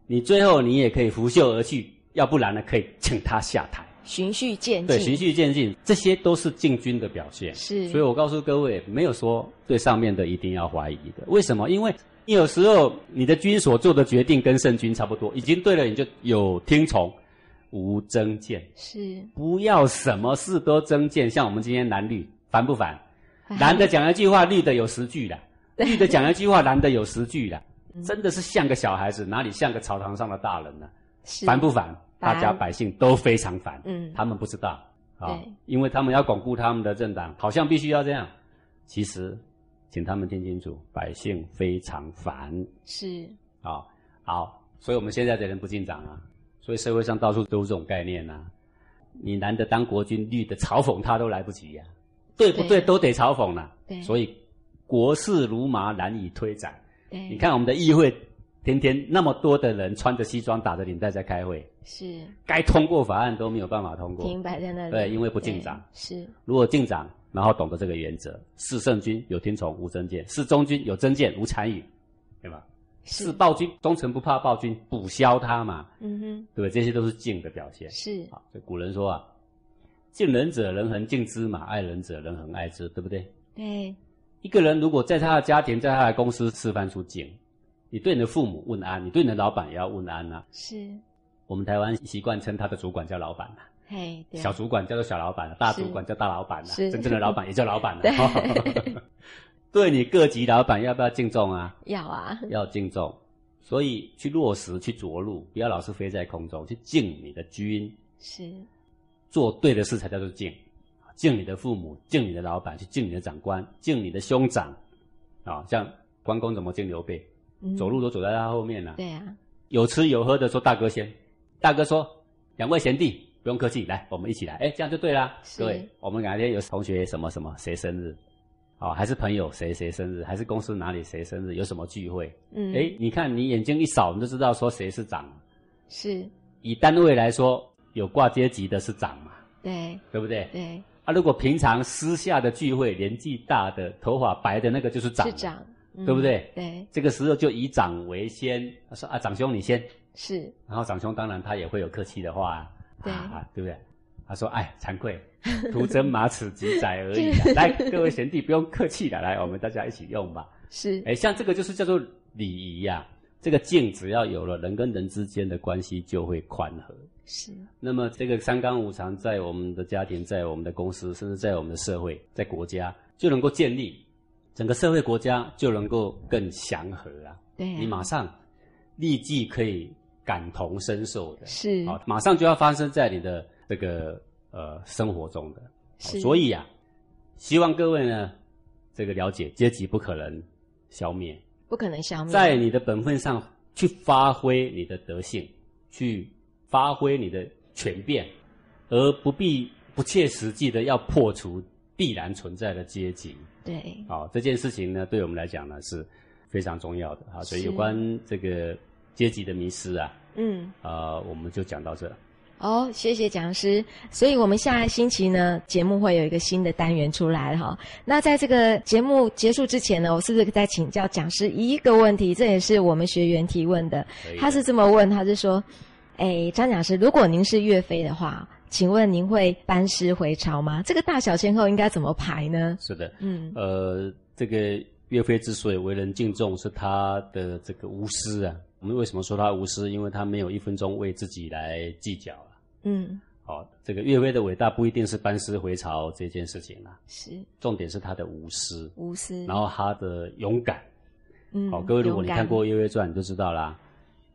S3: 你最后你也可以拂袖而去，要不然呢，可以请他下台。
S2: 循序渐进，
S3: 对，循序渐进，这些都是进军的表现。
S2: 是，
S3: 所以我告诉各位，没有说对上面的一定要怀疑的。为什么？因为你有时候你的军所做的决定跟圣君差不多，已经对了，你就有听从，无争见。
S2: 是
S3: 不要什么事都争见，像我们今天蓝绿烦不烦？
S2: 哎
S3: 蓝的讲一句话，绿的有 十句啦；绿的讲一句话，蓝的有十句啦。
S2: 嗯
S3: 真的是像个小孩子，哪里像个朝堂上的大人呢、
S2: 是
S3: 烦不烦？
S2: 烦
S3: 大家百姓都非常烦。
S2: 嗯
S3: 他们不知道啊
S2: 对，
S3: 因为他们要巩固他们的政党，好像必须要这样。其实，请他们听清楚，百姓非常烦
S2: 是
S3: 啊。好，所以我们现在的人不进党啊，所以社会上到处都是这种概念啊。你男的当国君，绿的嘲讽他都来不及呀、对不
S2: 对
S3: 对？都得嘲讽啦、
S2: 对
S3: 所以国事如麻，难以推展。
S2: 对，
S3: 你看我们的议会，天天那么多的人穿着西装打着领带在开会，
S2: 是
S3: 该通过法案都没有办法通过。
S2: 停摆在那里，
S3: 对因为不进
S2: 对
S3: 长
S2: 是
S3: 如果进长，然后懂得这个原则，是圣君有听从无争见，是忠君有争见无谗语，对吧？
S2: 是
S3: 是暴君忠诚不怕暴君，补削他嘛，
S2: 嗯哼，
S3: 对不对？这些都是敬的表现。
S2: 是
S3: 好，所以古人说啊，敬人者人恒敬之嘛，爱人者人恒爱之，对不对？
S2: 对，
S3: 一个人如果在他的家庭，在他的公司示范出敬，你对你的父母问安，你对你的老板也要问安啊。
S2: 是，
S3: 我们台湾习惯称他的主管叫老板啊
S2: 嘿，对
S3: 小主管叫做小老板，大主管叫大老板、啊，
S2: 是
S3: 真正的老板也叫老板、啊。
S2: 对
S3: 对你各级老板要不要敬重啊？
S2: 要啊，
S3: 要敬重，所以去落实、去着陆，不要老是飞在空中，去敬你的君，
S2: 是
S3: 做对的事才叫做敬。敬你的父母，敬你的老板，去敬你的长官，敬你的兄长，啊、像关公怎么敬刘备，
S2: 嗯
S3: 走路都走在他后面了、
S2: 对啊，
S3: 有吃有喝的说大哥先，大哥说两位贤弟不用客气，来我们一起来，哎，这样就对啦。
S2: 是
S3: 各位，我们哪天有同学什么什么谁生日，哦，还是朋友谁谁生日，还是公司哪里谁生日，有什么聚会，
S2: 嗯，
S3: 哎、你看你眼睛一扫，你就知道说谁是长。
S2: 是，
S3: 以单位来说，有挂阶级的是长嘛，
S2: 对
S3: 对不对？
S2: 对
S3: 啊，如果平常私下的聚会，年纪大的头发白的那个就是长，
S2: 是长，嗯
S3: 对不对
S2: 对
S3: 这个时候就以长为先，他说啊，长兄你先，
S2: 是，
S3: 然后长兄当然他也会有客气的话、啊，
S2: 对
S3: 啊，对不对？他说：“哎，惭愧，徒增马齿几载 而已啊。来，各位贤弟，不用客气的，来，我们大家一起用吧。
S2: 是
S3: 哎，像这个就是叫做礼仪呀、这个敬只要有了，人跟人之间的关系就会宽和。
S2: 是
S3: 那么这个三纲五常在我们的家庭、在我们的公司，甚至在我们的社会、在国家就能够建立，整个社会国家就能够更祥和啊。
S2: 对啊，
S3: 你马上立即可以感同身受的，
S2: 是
S3: 好，马上就要发生在你的这个呃生活中的。
S2: 是，
S3: 所以啊，希望各位呢，这个了解阶级不可能消灭，
S2: 不可能消灭，
S3: 在你的本分上去发挥你的德性，去发挥你的权变，而不必不切实际的要破除必然存在的阶级。
S2: 对
S3: 好、这件事情呢，对我们来讲呢是非常重要的啊。所以
S2: 是
S3: 有关这个阶级的迷失啊，
S2: 嗯。
S3: 呃，我们就讲到这。
S2: 哦，谢谢讲师。所以我们下星期呢，节目会有一个新的单元出来哈。那在这个节目结束之前呢，我是不是再请教讲师一个问题？这也是我们学员提问的
S3: 可以，
S2: 他是这么问，他是说：“哎，张讲师，如果您是岳飞的话，请问您会班师回朝吗？这个大小先后应该怎么排呢
S3: 是的，？”
S2: 嗯，
S3: 呃，这个岳飞之所以为人敬重，是他的这个无私啊。我们为什么说他无私？因为他没有一分钟为自己来计较啊。
S2: 嗯，
S3: 哦，这个岳飞的伟大不一定是班师回朝这件事情啊，
S2: 是
S3: 重点是他的无私，
S2: 无私。
S3: 然后他的勇敢。
S2: 嗯，
S3: 好、各位，如果你
S2: 勇
S3: 看
S2: 敢
S3: 过《岳飞传》，你就知道啦。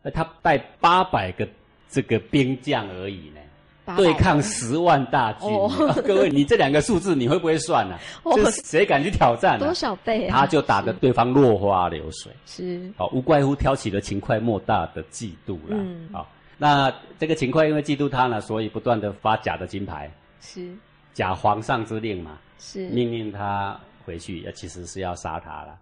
S3: 那他带八百个这个兵将而已呢，
S2: 八百
S3: 对
S2: 人
S3: 抗十万大军。
S2: 哦
S3: 各位，你这两个数字你会不会算呢、
S2: 哦
S3: 啊？这谁敢去挑战、啊？
S2: 多少倍啊？
S3: 他就打得对方落花流水。
S2: 是
S3: 好、无怪乎挑起了秦桧莫大的嫉妒啦。
S2: 嗯
S3: 好、那这个秦桧因为嫉妒他呢，所以不断的发假的金牌，
S2: 是
S3: 假皇上之令嘛，
S2: 是
S3: 命令他回去，呃其实是要杀他了。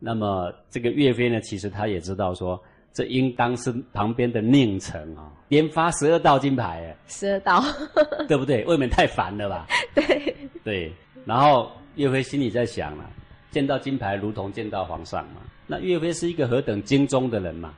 S3: 那么这个岳飞呢，其实他也知道说，这应当是旁边的宁城啊、连发十二道金牌，哎
S2: 十二道，
S3: 对不对？未免太烦了吧？
S2: 对，
S3: 对，然后岳飞心里在想了、见到金牌如同见到皇上嘛。那岳飞是一个何等精忠的人嘛？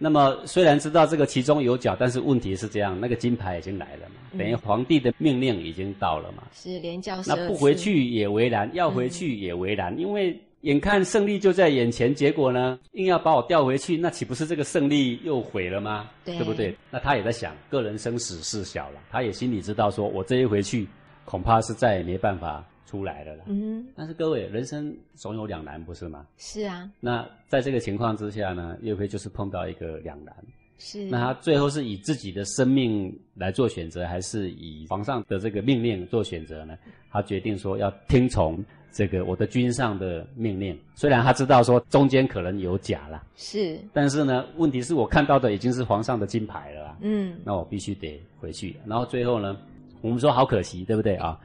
S3: 那么虽然知道这个其中有脚，但是问题是这样，那个金牌已经来了嘛，等于皇帝的命令已经到了嘛。
S2: 是连教十
S3: 那
S2: 二
S3: 不
S2: 次嗯
S3: 回去也为难，要回去也为难，因为眼看胜利就在眼前，结果呢，硬要把我调回去，那岂不是这个胜利又毁了吗？
S2: 对
S3: 不对？那他也在想，个人生死事小了，他也心里知道说，我这一回去，恐怕是再也没办法出来了啦。
S2: 嗯，
S3: 但是各位，人生总有两难，不是吗？
S2: 是啊，
S3: 那在这个情况之下呢，岳飞就是碰到一个两难，
S2: 是。
S3: 那他最后是以自己的生命来做选择，还是以皇上的这个命令做选择呢？他决定说要听从这个我的军上的命令，虽然他知道说中间可能有假啦，
S2: 是，
S3: 但是呢，问题是我看到的已经是皇上的金牌了啊，
S2: 嗯，
S3: 那我必须得回去。然后最后呢，我们说好可惜，对不对啊？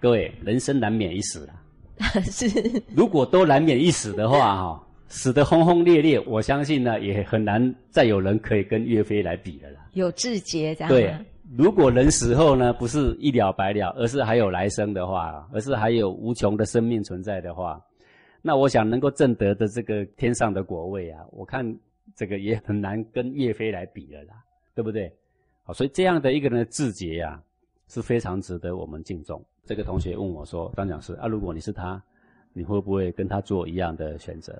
S3: 各位，人生难免一死啊，
S2: 是，
S3: 如果都难免一死的话，哈、死得轰轰烈烈，我相信呢，也很难再有人可以跟岳飞来比了啦。
S2: 有志节这样啊
S3: 对
S2: 吗，
S3: 如果人死后呢，不是一了百了，而是还有来生的话，而是还有无穷的生命存在的话，那我想能够证得的这个天上的果位啊，我看这个也很难跟岳飞来比了啦，对不对？好，所以这样的一个人的志节啊，是非常值得我们敬重。这个同学问我说：“张讲师啊，如果你是他，你会不会跟他做一样的选择？”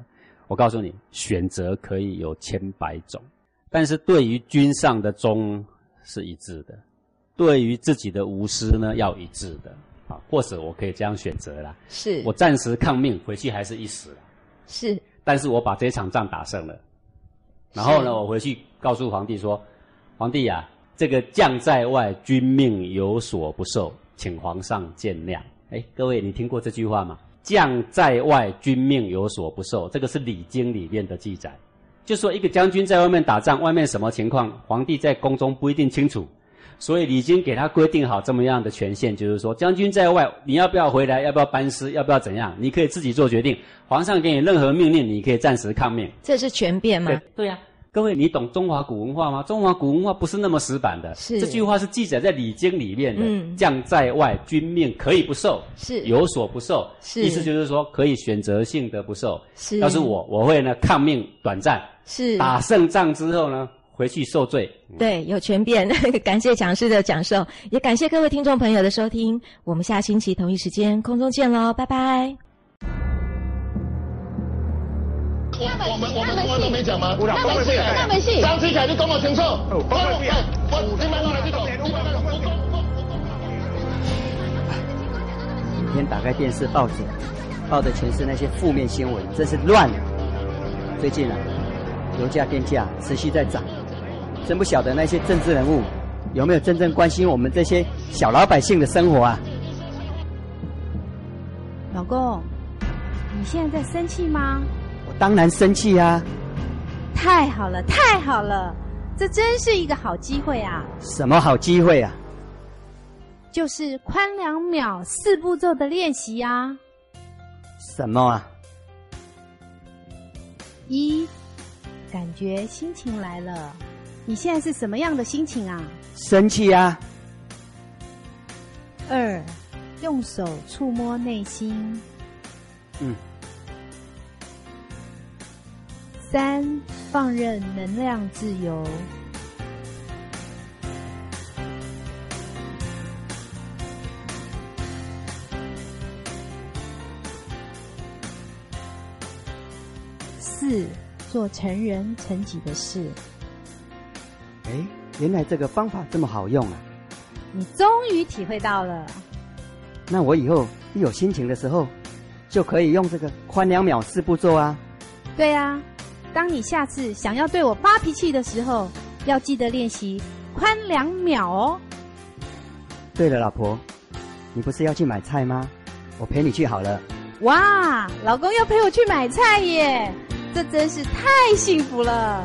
S3: 我告诉你，选择可以有千百种。但是对于君上的忠是一致的，对于自己的无私呢要一致的啊。或者我可以这样选择啦，
S2: 是，
S3: 我暂时抗命，回去还是一死啦
S2: 是
S3: 但是我把这场仗打胜了，然后
S2: 是
S3: 呢，我回去告诉皇帝说，皇帝呀、这个将在外，君命有所不受，请皇上见谅。哎，各位，你听过这句话吗？将在外，君命有所不受，这个是《礼经》里面的记载。就说一个将军在外面打仗，外面什么情况，皇帝在宫中不一定清楚，所以礼经给他规定好这么样的权限，就是说将军在外，你要不要回来，要不要班师，要不要怎样，你可以自己做决定。皇上给你任何命令，你可以暂时抗命。
S2: 这是权变吗？
S3: 对呀、各位，你懂中华古文化吗？中华古文化不是那么死板的，
S2: 是
S3: 这句话是记载在《礼经》里面的。
S2: 嗯
S3: 将在外，君命可以不受，
S2: 是
S3: 有所不受，
S2: 是
S3: 意思就是说可以选择性的不受。
S2: 是，
S3: 要是我，我会呢抗命短暂，
S2: 是
S3: 打胜仗之后呢，回去受罪。
S2: 对，有权变。 感谢讲师的讲授，也感谢各位听众朋友的收听。我们下星期同一时间空中见喽，拜拜。
S7: 我们我们我都没讲吗？他们是，他们是。张志凯，你讲我清楚。我我你们我来这
S8: 每天打开电视、报纸，报的全是那些负面新闻，真是乱。最近啊，油价、电价持续在涨，真不晓得那些政治人物有没有真正关心我们这些小老百姓的生活啊？
S4: 老公，你现在在生气吗？
S8: 我当然生气啊！
S4: 太好了，太好了，这真是一个好机会啊！
S8: 什么好机会啊？
S4: 就是宽两秒四步骤的练习啊。
S8: 什么啊？
S4: 一，感觉心情来了，你现在是什么样的心情啊？
S8: 生气啊！
S4: 二，用手触摸内心。
S8: 嗯，
S4: 三，放任能量自由。四，做成人成己的事。
S8: 哎，原来这个方法这么好用啊！
S4: 你终于体会到了，
S8: 那我以后一有心情的时候，就可以用这个宽两秒四步骤啊！
S4: 对啊。当你下次想要对我发脾气的时候，要记得练习宽两秒哦。
S8: 对了，老婆，你不是要去买菜吗？我陪你去好了。
S4: 哇，老公要陪我去买菜耶，这真是太幸福了。